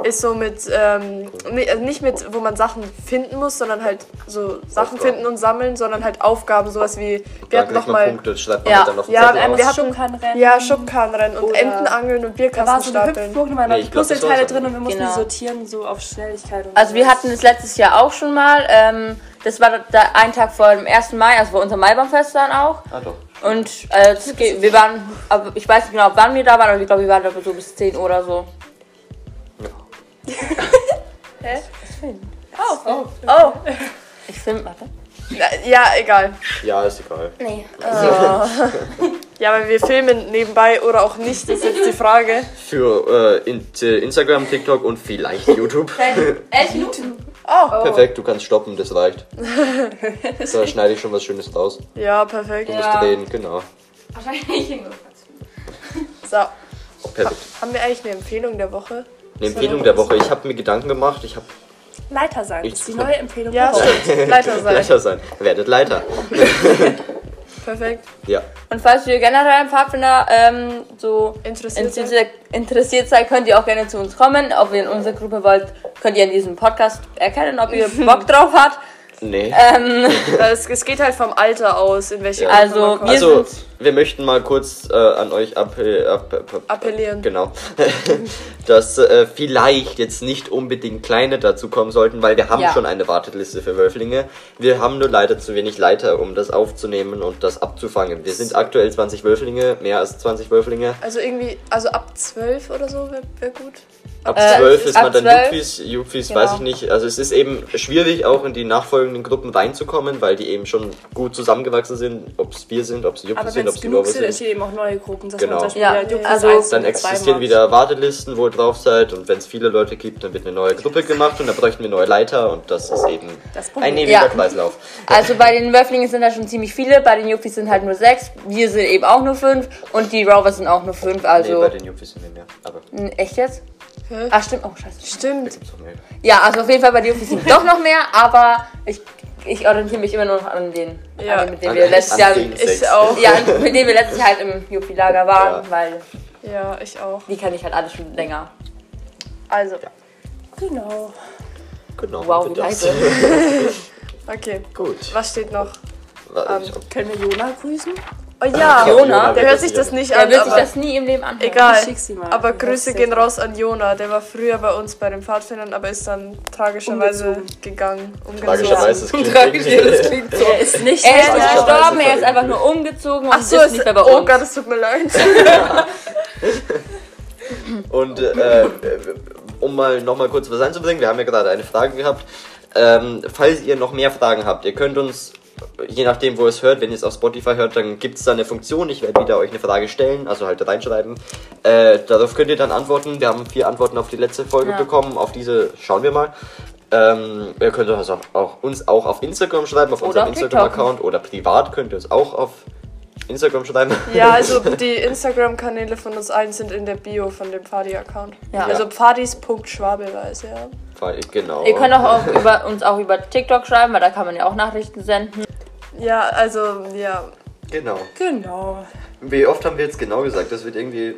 Speaker 6: ist so mit ähm, ni- also nicht mit, wo man Sachen finden muss, sondern halt so Sachen
Speaker 3: Aufgaben.
Speaker 6: finden und sammeln, sondern halt Aufgaben, sowas wie wir
Speaker 3: Da
Speaker 6: hatten
Speaker 3: kriegt
Speaker 6: noch
Speaker 3: man
Speaker 6: mal
Speaker 3: Punkte, schreibt man
Speaker 4: Ja,
Speaker 3: halt dann auf den
Speaker 6: ja,
Speaker 3: Zettel
Speaker 6: einmal-
Speaker 3: auf.
Speaker 6: wir hatten-
Speaker 2: Schubkarrenrennen.
Speaker 6: ja Schubkarrenrennen und
Speaker 2: Da
Speaker 6: Entenangeln und
Speaker 2: war so eine
Speaker 6: Bierkastenstapeln.
Speaker 2: Hüpfburg, da waren
Speaker 3: Nee,
Speaker 2: noch
Speaker 3: ich glaub, das
Speaker 2: Puzzleteile
Speaker 3: war's
Speaker 2: drin und wir mussten die
Speaker 4: Genau.
Speaker 2: sortieren, so auf Schnelligkeit. Und
Speaker 4: Also wir hatten es letztes Jahr auch schon mal. Ähm, das war da ein Tag vor dem 1. Mai, also vor unserem Maibaumfest dann auch.
Speaker 3: Ah, doch.
Speaker 4: Und äh, es geht- wir waren, aber ich weiß nicht genau, wann wir da waren, aber ich glaube, wir waren da so bis 10 Uhr oder so. Hä? Oh, oh, oh. Ich film, warte.
Speaker 6: Ja, egal.
Speaker 3: Ja, ist egal.
Speaker 6: Ja, weil wir filmen nebenbei oder auch nicht, ist jetzt die Frage.
Speaker 3: Für äh, in, äh, Instagram, TikTok und vielleicht YouTube.
Speaker 4: Elf Minuten.
Speaker 3: Perfekt, du kannst stoppen, das reicht. da schneide ich schon was Schönes raus. Du
Speaker 6: Ja, perfekt.
Speaker 3: musst drehen, genau.
Speaker 6: So, haben
Speaker 3: Oh, Perfekt.
Speaker 6: wir eigentlich eine Empfehlung der Woche?
Speaker 3: Eine Empfehlung der Woche. Ich habe mir Gedanken gemacht. Ich habe
Speaker 2: Leiter sein,
Speaker 3: Ich-
Speaker 2: das ist die neue Empfehlung.
Speaker 6: Ja, stimmt. Leiter sein.
Speaker 3: Leiter sein. Werdet Leiter.
Speaker 6: Perfekt.
Speaker 3: Ja.
Speaker 4: Und falls ihr generell ein Pfadfinder ähm, so
Speaker 6: Interessiert.
Speaker 4: interessiert
Speaker 6: seid?
Speaker 4: seid, interessiert seid, könnt ihr auch gerne zu uns kommen. Ob ihr in unsere Gruppe wollt, könnt ihr in diesem Podcast erkennen, ob ihr Bock drauf habt.
Speaker 2: Äh,
Speaker 3: Nee.
Speaker 6: Weil Es, es geht halt vom Alter aus, in welche
Speaker 3: Ja.
Speaker 6: Gruppe man
Speaker 4: Also,
Speaker 6: kommt.
Speaker 4: wir
Speaker 3: also,
Speaker 4: sind-
Speaker 3: wir möchten mal kurz äh, an euch appell- app- app- app-
Speaker 6: Appellieren.
Speaker 3: Genau. Dass äh, vielleicht jetzt nicht unbedingt Kleine dazu kommen sollten, weil wir haben
Speaker 4: Ja.
Speaker 3: schon eine Warteliste für Wölflinge. Wir haben nur leider zu wenig Leiter, um das aufzunehmen und das abzufangen. Wir sind aktuell 20 Wölflinge, mehr als 20 Wölflinge.
Speaker 6: Also irgendwie, also ab 12 oder so wäre wär gut.
Speaker 3: Ab
Speaker 4: Äh,
Speaker 3: 12 ist
Speaker 4: ab
Speaker 3: man dann
Speaker 4: 12?
Speaker 3: Jupfis, Jupfis
Speaker 4: Genau.
Speaker 3: weiß ich nicht. Also es ist eben schwierig, auch in die nachfolgenden Gruppen reinzukommen, weil die eben schon gut zusammengewachsen sind, ob es wir sind, ob es
Speaker 2: Aber
Speaker 3: Jupfis
Speaker 2: wenn
Speaker 3: sind, ob
Speaker 2: es
Speaker 3: es die
Speaker 2: genug
Speaker 3: Norwes
Speaker 2: sind,
Speaker 3: sind.
Speaker 2: entstehen eben auch neue Gruppen. Dass
Speaker 3: Genau.
Speaker 2: man zum Beispiel
Speaker 4: Ja,
Speaker 2: wieder Jupfis
Speaker 4: also-
Speaker 2: eins
Speaker 3: Dann
Speaker 2: und zwei
Speaker 3: existieren
Speaker 2: macht.
Speaker 3: wieder Wartelisten, wo ihr drauf seid und wenn es viele Leute gibt, dann wird eine neue Gruppe gemacht und dann bräuchten wir neue Leiter und das ist eben ein ewiger
Speaker 4: Ja.
Speaker 3: Kreislauf.
Speaker 4: Also bei den Wölflingen sind da schon ziemlich viele, bei den Yuppies sind halt nur sechs, wir sind eben auch nur fünf und die Rovers sind auch nur fünf,
Speaker 3: Nee, bei
Speaker 4: also...
Speaker 3: den Jupfis sind wir mehr, aber da
Speaker 4: N- Echt jetzt? Ach stimmt, oh scheiße.
Speaker 6: Stimmt.
Speaker 3: gibt's auch mehr.
Speaker 4: Ja, also auf jeden Fall bei den Yuppies sind doch noch mehr, aber ich, ich orientiere mich immer nur noch an den, an den mit dem
Speaker 3: An-
Speaker 4: wir letztes
Speaker 3: an
Speaker 4: Jahr...
Speaker 3: den
Speaker 4: Ich,
Speaker 3: sechs.
Speaker 6: auch.
Speaker 4: ja, mit dem wir letztes Jahr halt im Yuppie-Lager waren,
Speaker 3: Ja.
Speaker 4: weil
Speaker 6: Ja, ich auch.
Speaker 4: die kann ich halt alle schon länger.
Speaker 6: Also,
Speaker 2: Genau.
Speaker 3: Genau,
Speaker 4: Wow,
Speaker 3: und
Speaker 4: wie
Speaker 3: das.
Speaker 4: leise.
Speaker 6: okay.
Speaker 3: Gut.
Speaker 6: Was steht noch?
Speaker 3: Warte, ich- Ah,
Speaker 2: Können wir Jona grüßen?
Speaker 6: Oh ja,
Speaker 4: Jona?
Speaker 6: der hört sich das nicht
Speaker 4: Er
Speaker 6: an,
Speaker 4: wird sich
Speaker 6: aber
Speaker 4: das nie im Leben anhören.
Speaker 6: egal.
Speaker 2: Ich schick sie mal.
Speaker 6: Aber
Speaker 2: Die
Speaker 6: Grüße
Speaker 2: hört
Speaker 6: gehen
Speaker 2: sich.
Speaker 6: raus an Jona, der war früher bei uns bei den Pfadfindern, aber ist dann tragischerweise
Speaker 2: Umgezogen.
Speaker 6: gegangen. umgezogen.
Speaker 3: Tragischerweise ist
Speaker 9: Das
Speaker 3: klingt
Speaker 9: klingt so.
Speaker 2: Er ist nicht
Speaker 4: Er ist
Speaker 2: schlecht.
Speaker 4: nicht
Speaker 3: Ja.
Speaker 4: gestorben, er ist einfach nur umgezogen und
Speaker 6: Ach so,
Speaker 4: ist
Speaker 6: es,
Speaker 4: nicht mehr bei uns.
Speaker 6: oh Gott, es tut mir leid.
Speaker 3: Und äh, äh, um mal nochmal kurz was einzubringen, wir haben ja gerade eine Frage gehabt. Ähm, falls ihr noch mehr Fragen habt, ihr könnt uns, je nachdem wo ihr es hört, wenn ihr es auf Spotify hört, dann gibt es da eine Funktion, ich werde wieder euch eine Frage stellen, also halt reinschreiben. Äh, darauf könnt ihr dann antworten. Wir haben vier Antworten auf die letzte Folge
Speaker 4: Ja.
Speaker 3: bekommen, auf diese schauen wir mal. Ähm, ihr könnt also auch, auch uns auch auf Instagram schreiben, auf unserem
Speaker 4: auf TikTok.
Speaker 3: Instagram-Account oder privat könnt ihr uns auch auf Instagram schreiben.
Speaker 6: ja, also die Instagram-Kanäle von uns allen sind in der Bio von dem Pfadi-Account.
Speaker 4: Ja.
Speaker 6: Also pfadis.schwabelweis, ja.
Speaker 3: genau.
Speaker 4: Ihr könnt auch, auf- über, uns auch über TikTok schreiben, weil da kann man ja auch Nachrichten senden.
Speaker 6: Ja, also, ja.
Speaker 3: genau.
Speaker 2: Genau.
Speaker 3: Wie oft haben wir jetzt genau gesagt? Das wird irgendwie.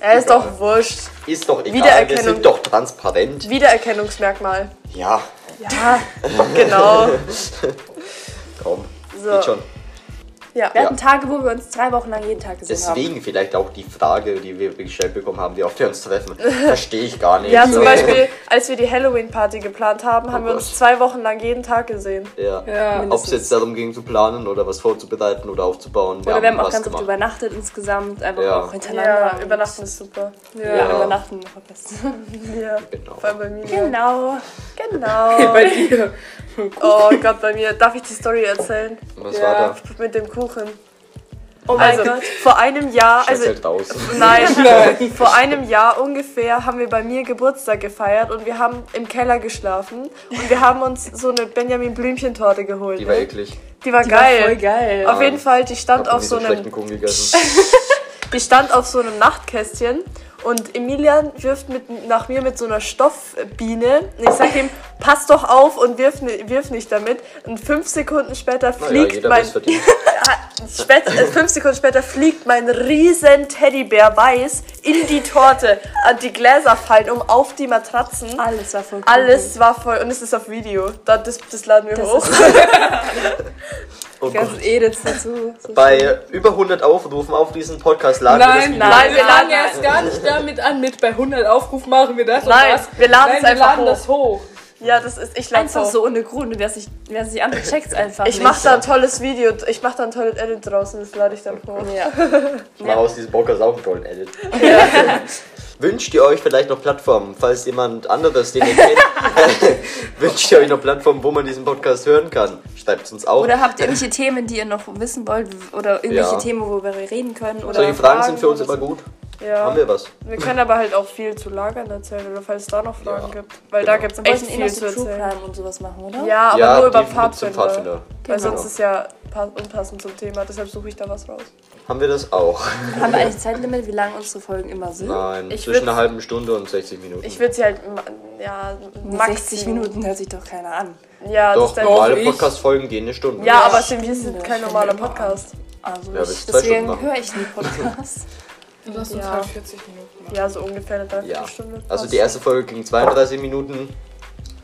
Speaker 6: Er ist doch wurscht.
Speaker 3: Ist doch egal. Wir
Speaker 6: Wiedererkennung.
Speaker 3: sind doch transparent.
Speaker 6: Wiedererkennungsmerkmal.
Speaker 3: Ja,
Speaker 6: Ja, genau.
Speaker 3: komm.
Speaker 6: So.
Speaker 3: Geht schon.
Speaker 2: Wir
Speaker 3: Ja.
Speaker 2: hatten Tage, wo wir uns drei Wochen lang jeden Tag gesehen haben.
Speaker 3: Deswegen vielleicht auch die Frage, die wir gestellt bekommen haben, wie oft wir uns treffen. Verstehe ich gar nicht.
Speaker 6: Ja, zum
Speaker 3: So.
Speaker 6: Beispiel, Oh als wir die Halloween-Party geplant haben, haben wir
Speaker 3: Gott.
Speaker 6: uns zwei Wochen lang jeden Tag gesehen.
Speaker 3: Ja. Ob es jetzt darum ging zu planen oder was vorzubereiten oder aufzubauen.
Speaker 2: Oder wir haben auch
Speaker 3: was
Speaker 2: ganz oft
Speaker 3: gemacht.
Speaker 2: übernachtet insgesamt, einfach
Speaker 3: Ja.
Speaker 2: auch hintereinander.
Speaker 6: Ja, übernachten ist super.
Speaker 2: Ja,
Speaker 3: Ja.
Speaker 2: übernachten noch am besten.
Speaker 6: Ja,
Speaker 3: Genau.
Speaker 6: vor allem bei mir.
Speaker 2: Genau.
Speaker 6: Genau.
Speaker 9: Bei dir.
Speaker 6: Oh Gott, bei mir. Darf ich die Story erzählen?
Speaker 3: Was war da?
Speaker 6: Mit dem Kuchen.
Speaker 2: Oh mein
Speaker 6: Also,
Speaker 2: Gott.
Speaker 6: vor einem Jahr,
Speaker 3: Also,
Speaker 6: also
Speaker 3: halt raus.
Speaker 6: Nein. Vor einem Jahr ungefähr haben wir bei mir Geburtstag gefeiert und wir haben im Keller geschlafen und wir haben uns so eine Benjamin Blümchen Torte geholt.
Speaker 3: Die war
Speaker 6: ne?
Speaker 3: eklig.
Speaker 6: Die war
Speaker 10: Die
Speaker 6: geil.
Speaker 10: war voll geil.
Speaker 6: Auf jeden Fall, die stand auf so einem
Speaker 3: schlechten Kuchen gegessen.
Speaker 6: Die stand auf so einem Nachtkästchen und Emilian wirft mit, nach mir mit so einer Stoffbiene. Und ich sag ihm, pass doch auf und wirf, ni- wirf nicht damit. Und fünf Sekunden später
Speaker 3: Naja,
Speaker 6: fliegt
Speaker 3: jeder
Speaker 6: mein.
Speaker 3: weiß verdient.
Speaker 6: Spät, äh, fünf Sekunden später fliegt mein riesen Teddybär weiß in die Torte. Und die Gläser fallen um auf die Matratzen.
Speaker 2: Alles war voll cool.
Speaker 6: Alles war voll. Und es ist auf Video. Da- Das, das laden wir hoch.
Speaker 3: Oh
Speaker 2: Ganz
Speaker 3: Gott.
Speaker 2: Edels dazu. So
Speaker 3: Bei über 100 Aufrufen auf diesen Podcast laden
Speaker 5: Nein,
Speaker 3: wir das Video
Speaker 5: nein,
Speaker 6: Nein,
Speaker 5: wir
Speaker 6: wir
Speaker 5: laden
Speaker 6: laden-
Speaker 5: erst gar nicht damit an, mit bei 100 Aufrufen machen wir das
Speaker 6: Nein,
Speaker 5: und das.
Speaker 6: wir laden es
Speaker 5: nein, wir
Speaker 6: einfach
Speaker 5: laden
Speaker 6: hoch.
Speaker 5: das hoch.
Speaker 6: Ja, das ist. Ich lade
Speaker 2: Einfach
Speaker 6: hoch.
Speaker 2: so ohne Grund. Wer sich, wer sich andere checkt einfach
Speaker 6: Ich
Speaker 2: nicht.
Speaker 6: mach da ein tolles Video. Ich mach da ein tolles Edit draußen. Das lade ich dann hoch.
Speaker 3: Ich mache aus diesem Podcast auch einen tollen Edit. Wünscht ihr euch vielleicht noch Plattformen, falls jemand anderes den ihr kennt? wünscht ihr euch noch Plattformen, wo man diesen Podcast hören kann? Schreibt es uns auch.
Speaker 2: Oder habt ihr irgendwelche Themen, die ihr noch wissen wollt? Oder irgendwelche
Speaker 3: Ja.
Speaker 2: Themen, worüber wir reden können? Oder
Speaker 3: Solche Fragen sind für uns immer gut.
Speaker 6: Ja.
Speaker 3: Haben wir was?
Speaker 6: Wir können aber halt auch viel zu Lagern erzählen, oder falls es da noch Fragen
Speaker 3: Ja. Genau.
Speaker 6: gibt. Weil da gibt es
Speaker 2: Wir wollten
Speaker 6: echt
Speaker 2: eh noch
Speaker 6: viel
Speaker 2: so
Speaker 6: zu
Speaker 2: True
Speaker 6: erzählen.
Speaker 2: Crime und sowas machen, oder?
Speaker 6: Ja, aber
Speaker 3: ja,
Speaker 6: nur über
Speaker 3: die mit zum
Speaker 6: Pfadfinder.
Speaker 3: Pfadfinder. Genau.
Speaker 6: Weil sonst ist ja pa- unpassend zum Thema, deshalb suche ich da was raus.
Speaker 3: Haben wir das auch?
Speaker 2: Haben wir eigentlich Zeitlimit, wie lang unsere Folgen immer sind?
Speaker 3: Nein,
Speaker 6: Ich
Speaker 3: zwischen
Speaker 6: würd-
Speaker 3: einer halben Stunde und 60 Minuten.
Speaker 6: Ich würde sie halt, ma- ja, maximum.
Speaker 2: 60 Minuten hört sich doch keiner an.
Speaker 6: Ja, das
Speaker 3: Doch,
Speaker 6: ist dann-
Speaker 3: normale
Speaker 5: ich.
Speaker 3: Podcast-Folgen gehen eine Stunde.
Speaker 6: ja, aber sind, wir
Speaker 2: Ja,
Speaker 6: sind
Speaker 2: ich
Speaker 6: kein
Speaker 2: finde
Speaker 6: normaler
Speaker 2: immer.
Speaker 6: Podcast.
Speaker 2: Also
Speaker 3: Ja,
Speaker 2: ich-
Speaker 3: willst du zwei Stunden
Speaker 2: deswegen
Speaker 3: machen?
Speaker 2: höre ich den Podcast.
Speaker 5: Lass uns
Speaker 6: Ja.
Speaker 5: halt 40 Minuten machen.
Speaker 6: Ja, so ungefähr eine
Speaker 3: Ja.
Speaker 6: Dreiviertelstunde.
Speaker 3: Also die erste Folge ging 32 Minuten.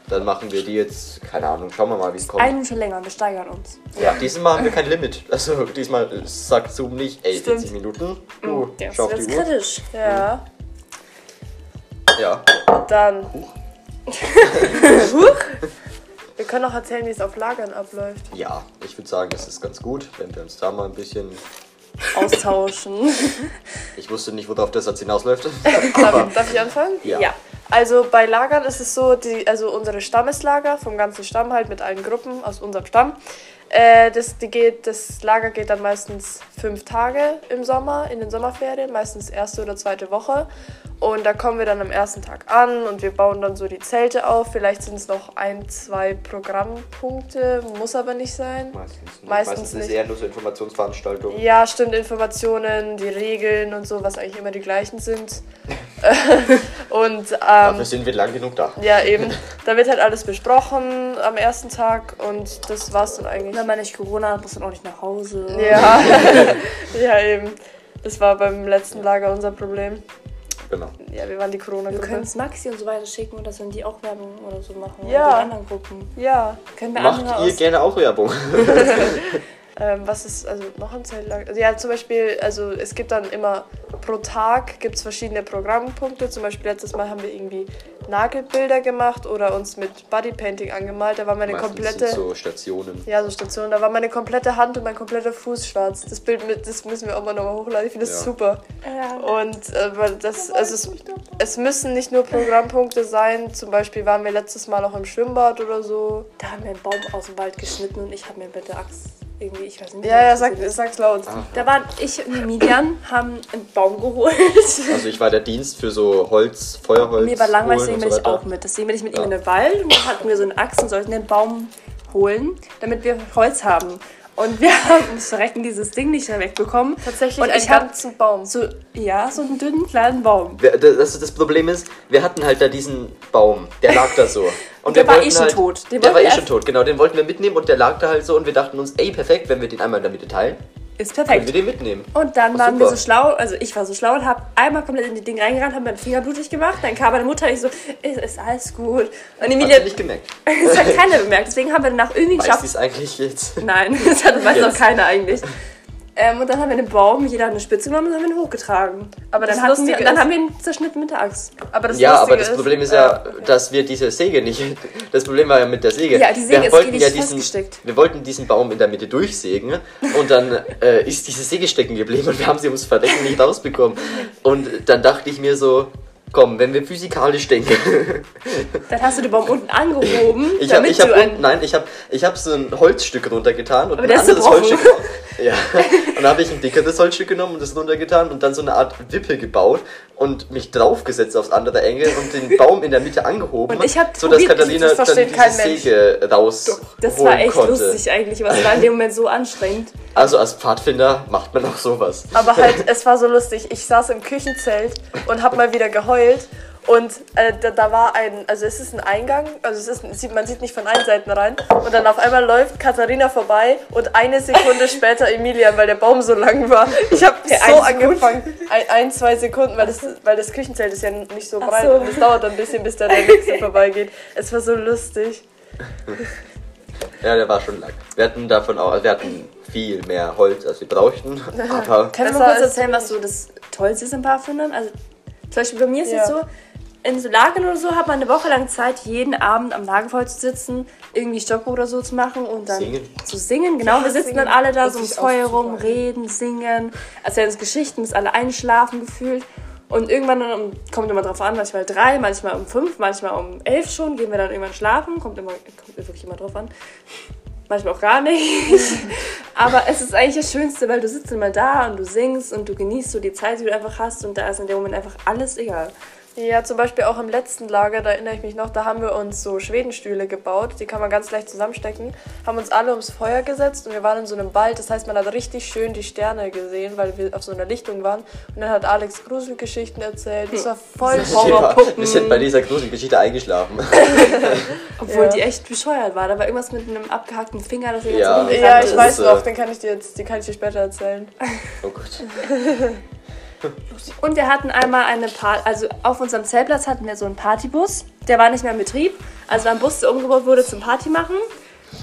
Speaker 3: Dann machen wir die jetzt, keine Ahnung, schauen wir mal, wie es kommt.
Speaker 2: Einen verlängern, wir steigern uns.
Speaker 3: Ja, diesmal haben wir kein Limit. Also diesmal sagt Zoom nicht, ey, 40 Minuten.
Speaker 6: Mhm.
Speaker 3: Du, schau auf die Uhr.
Speaker 2: kritisch.
Speaker 6: Ja,
Speaker 3: Ja.
Speaker 6: dann. Huch. Wir können auch erzählen, wie es auf Lagern abläuft.
Speaker 3: ja, ich würde sagen, das ist ganz gut, wenn wir uns da mal ein bisschen...
Speaker 2: Austauschen.
Speaker 3: Ich wusste nicht, worauf der Satz hinausläuft.
Speaker 6: Darf, darf ich anfangen?
Speaker 3: Ja.
Speaker 6: Also bei Lagern ist es so, die, also unsere Stammeslager vom ganzen Stamm halt mit allen Gruppen aus unserem Stamm. Äh, das, die geht, das Lager geht dann meistens fünf Tage im Sommer, in den Sommerferien, meistens erste oder zweite Woche. Und da kommen wir dann am ersten Tag an und wir bauen dann so die Zelte auf. Vielleicht sind es noch ein, zwei Programmpunkte, muss aber nicht sein.
Speaker 3: Meistens, nicht.
Speaker 6: Meistens
Speaker 3: Meistens ist
Speaker 6: nicht.
Speaker 3: eher nur so Informationsveranstaltung.
Speaker 6: Ja, stimmt, Informationen, die Regeln und so, was eigentlich immer die gleichen sind. und ähm,
Speaker 3: Dafür sind wir lang genug da.
Speaker 6: ja, eben. Da wird halt alles besprochen am ersten Tag und das war's dann eigentlich.
Speaker 2: Wenn man nicht Corona hat, muss man auch nicht nach Hause.
Speaker 6: Ja. ja, eben. Das war beim letzten Lager unser Problem.
Speaker 3: Genau.
Speaker 6: Ja, wir waren die
Speaker 2: Wir können
Speaker 6: Corona-Gruppe.
Speaker 2: es Maxi und so weiter schicken und dass dann die auch Werbung oder so machen.
Speaker 6: Ja.
Speaker 2: Oder die anderen Gruppen.
Speaker 6: Ja.
Speaker 2: Können wir andere
Speaker 3: Macht ihr
Speaker 2: aus...
Speaker 3: gerne auch Werbung?
Speaker 6: Ähm, was ist also noch ein Zeltlager? Also, ja, zum Beispiel, also es gibt dann immer pro Tag gibt's verschiedene Programmpunkte. Zum Beispiel letztes Mal haben wir irgendwie Nagelbilder gemacht oder uns mit Bodypainting angemalt. Da war meine
Speaker 3: Meistens
Speaker 6: komplette
Speaker 3: sind so Stationen.
Speaker 6: ja so Station. Da war meine komplette Hand und mein kompletter Fuß schwarz. Das Bild mit, das müssen wir auch mal nochmal hochladen. Ich finde das
Speaker 3: Ja.
Speaker 6: super. Und äh, weil das also es, es müssen nicht nur Programmpunkte sein. Zum Beispiel waren wir letztes Mal auch im Schwimmbad oder so.
Speaker 2: Da haben wir einen Baum aus dem Wald geschnitten und ich habe mir mit der Axt irgendwie, ich weiß nicht.
Speaker 6: Ja, ja,
Speaker 2: was
Speaker 6: sag,
Speaker 2: das ist.
Speaker 6: sag's laut.
Speaker 2: Da waren ich und Emilian, haben einen Baum geholt.
Speaker 3: Also ich war der Dienst für so Holz, Feuerholz.
Speaker 2: Mir war langweilig,
Speaker 3: holen
Speaker 2: deswegen
Speaker 3: und
Speaker 2: bin
Speaker 3: so
Speaker 2: ich
Speaker 3: weiter.
Speaker 2: auch mit. Deswegen bin ich mit
Speaker 3: Ja.
Speaker 2: ihm in den Wald und dann hatten wir so eine Axt und sollten den Baum holen, damit wir Holz haben. Und wir haben ums Verrecken dieses Ding nicht mehr wegbekommen.
Speaker 6: Tatsächlich
Speaker 2: und
Speaker 6: einen
Speaker 2: ich habe
Speaker 6: ganzen Baum.
Speaker 2: so, ja, so einen dünnen kleinen Baum.
Speaker 3: Wir, das, das Problem ist, wir hatten halt da diesen Baum, der lag da so. Und
Speaker 2: Der
Speaker 3: wir
Speaker 2: war
Speaker 3: wollten
Speaker 2: eh schon
Speaker 3: halt,
Speaker 2: tot. Den wollten
Speaker 3: der war eh
Speaker 2: wir
Speaker 3: schon tot, genau. Den wollten wir mitnehmen und der lag da halt so und wir dachten uns, ey, perfekt, wenn wir den einmal in der Mitte teilen,
Speaker 2: Ist
Speaker 3: können wir
Speaker 2: perfekt.
Speaker 3: den mitnehmen.
Speaker 2: Und dann
Speaker 3: Ach,
Speaker 2: waren
Speaker 3: super.
Speaker 2: wir so schlau, also ich war so schlau und habe einmal komplett in die Ding reingerannt, habe meinen Finger blutig gemacht. Dann kam meine Mutter und ich so, ist, ist alles gut. Und
Speaker 3: Hat sie
Speaker 2: Emilia,
Speaker 3: nicht gemerkt.
Speaker 2: das hat keiner bemerkt, deswegen haben wir danach irgendwie
Speaker 3: Weiß
Speaker 2: geschafft,
Speaker 3: sie es eigentlich jetzt?
Speaker 2: Nein, das hat, weiß
Speaker 3: Jetzt.
Speaker 2: noch keiner eigentlich. Ähm, und dann haben wir den Baum, jeder hat eine Spitze genommen und haben ihn hochgetragen. Aber
Speaker 6: das
Speaker 2: dann, hatten wir,
Speaker 6: Lustige
Speaker 2: dann
Speaker 6: ist-
Speaker 2: haben wir ihn zerschnitten mit der Axt.
Speaker 6: Aber das
Speaker 3: Ja,
Speaker 6: Lustige
Speaker 3: aber das Problem ist ja, dass wir diese Säge nicht. Das Problem war ja mit der Säge.
Speaker 2: Ja, die Säge
Speaker 3: wir
Speaker 2: ist
Speaker 3: wollten
Speaker 2: ewig
Speaker 3: ja diesen,
Speaker 2: festgesteckt.
Speaker 3: Wir wollten diesen Baum in der Mitte durchsägen und dann äh, ist diese Säge stecken geblieben und wir haben sie ums Verrecken nicht rausbekommen. Und dann dachte ich mir so, komm, wenn wir physikalisch denken.
Speaker 2: Dann hast du den Baum unten angehoben,
Speaker 3: Ich habe
Speaker 2: damit
Speaker 3: ich hab
Speaker 2: du
Speaker 3: unten,
Speaker 2: einen.
Speaker 3: nein, ich habe ich hab so ein Holzstück runtergetan und ein
Speaker 2: der ist
Speaker 3: anderes
Speaker 2: gebrochen.
Speaker 3: Holzstück. Ja. Und dann habe ich ein dickeres Holzstück genommen und das runtergetan und dann so eine Art Wippe gebaut und mich draufgesetzt aufs andere Ende und den Baum in der Mitte angehoben,
Speaker 2: Und ich hab
Speaker 3: so dass
Speaker 2: probiert,
Speaker 3: Katharina
Speaker 2: das versteht
Speaker 3: dann
Speaker 2: kein
Speaker 3: diese
Speaker 2: Mensch.
Speaker 3: Säge raus
Speaker 2: Das
Speaker 3: holen
Speaker 2: war echt
Speaker 3: konnte.
Speaker 2: lustig eigentlich, aber es war in dem Moment so anstrengend.
Speaker 3: Also als Pfadfinder macht man auch sowas.
Speaker 2: Aber halt, es war so lustig. Ich saß im Küchenzelt und habe mal wieder geheult. Und äh, da, da war ein, also es ist ein Eingang, also es ist, ein- sieht, man sieht nicht von allen Seiten rein. Und dann auf einmal läuft Katharina vorbei und eine Sekunde später Emilia, weil der Baum so lang war. Ich habe so angefangen, ein, ein, zwei Sekunden, weil das, weil das Küchenzelt ist ja nicht so breit und es dauert ein bisschen, bis dann der nächste vorbeigeht. Es war so lustig.
Speaker 3: Ja, der war schon lang. Wir hatten davon auch, wir hatten viel mehr Holz, als wir brauchten. Aber
Speaker 6: Können wir mal kurz erzählen, was so das Tollste ist in Pfadfindern? Also zum Beispiel bei mir ist jetzt so, in so Lagern oder so hat man eine Woche lang Zeit, jeden Abend am Lagerfeuer zu sitzen, irgendwie Stockbrot oder so zu machen und dann
Speaker 3: Singen.
Speaker 6: zu singen. Genau, wir sitzen dann alle da so ums Feuer rum, reden, singen, erzählen uns Geschichten, bis alle einschlafen gefühlt. Und irgendwann um, kommt immer drauf an, manchmal drei, manchmal um fünf, manchmal um elf schon, gehen wir dann irgendwann schlafen, kommt, immer, kommt wirklich immer drauf an. Manchmal auch gar nicht. Aber es ist eigentlich das Schönste, weil du sitzt immer da und du singst und du genießt so die Zeit, die du einfach hast und da ist in dem Moment einfach alles egal.
Speaker 2: Ja, zum Beispiel auch im letzten Lager, da erinnere ich mich noch, da haben wir uns so Schwedenstühle gebaut, die kann man ganz leicht zusammenstecken, haben uns alle ums Feuer gesetzt und wir waren in so einem Wald, das heißt, man hat richtig schön die Sterne gesehen, weil wir auf so einer Lichtung waren und dann hat Alex Gruselgeschichten erzählt, das war
Speaker 3: Hm.
Speaker 2: voll Horror.
Speaker 3: wir sind bei dieser großen Geschichte eingeschlafen.
Speaker 6: Obwohl die echt bescheuert war. Da war irgendwas mit einem abgehackten Finger, das ich
Speaker 3: Ja.
Speaker 6: jetzt nicht
Speaker 2: Ja,
Speaker 3: Das
Speaker 2: ich
Speaker 3: ist,
Speaker 2: weiß
Speaker 3: äh,
Speaker 2: noch, den kann ich dir jetzt, die kann ich dir später erzählen.
Speaker 3: Oh Gott.
Speaker 6: Und wir hatten einmal eine Party, also auf unserem Zeltplatz hatten wir so einen Partybus. Der war nicht mehr in Betrieb. Also war ein Bus, der umgebaut wurde zum Party machen.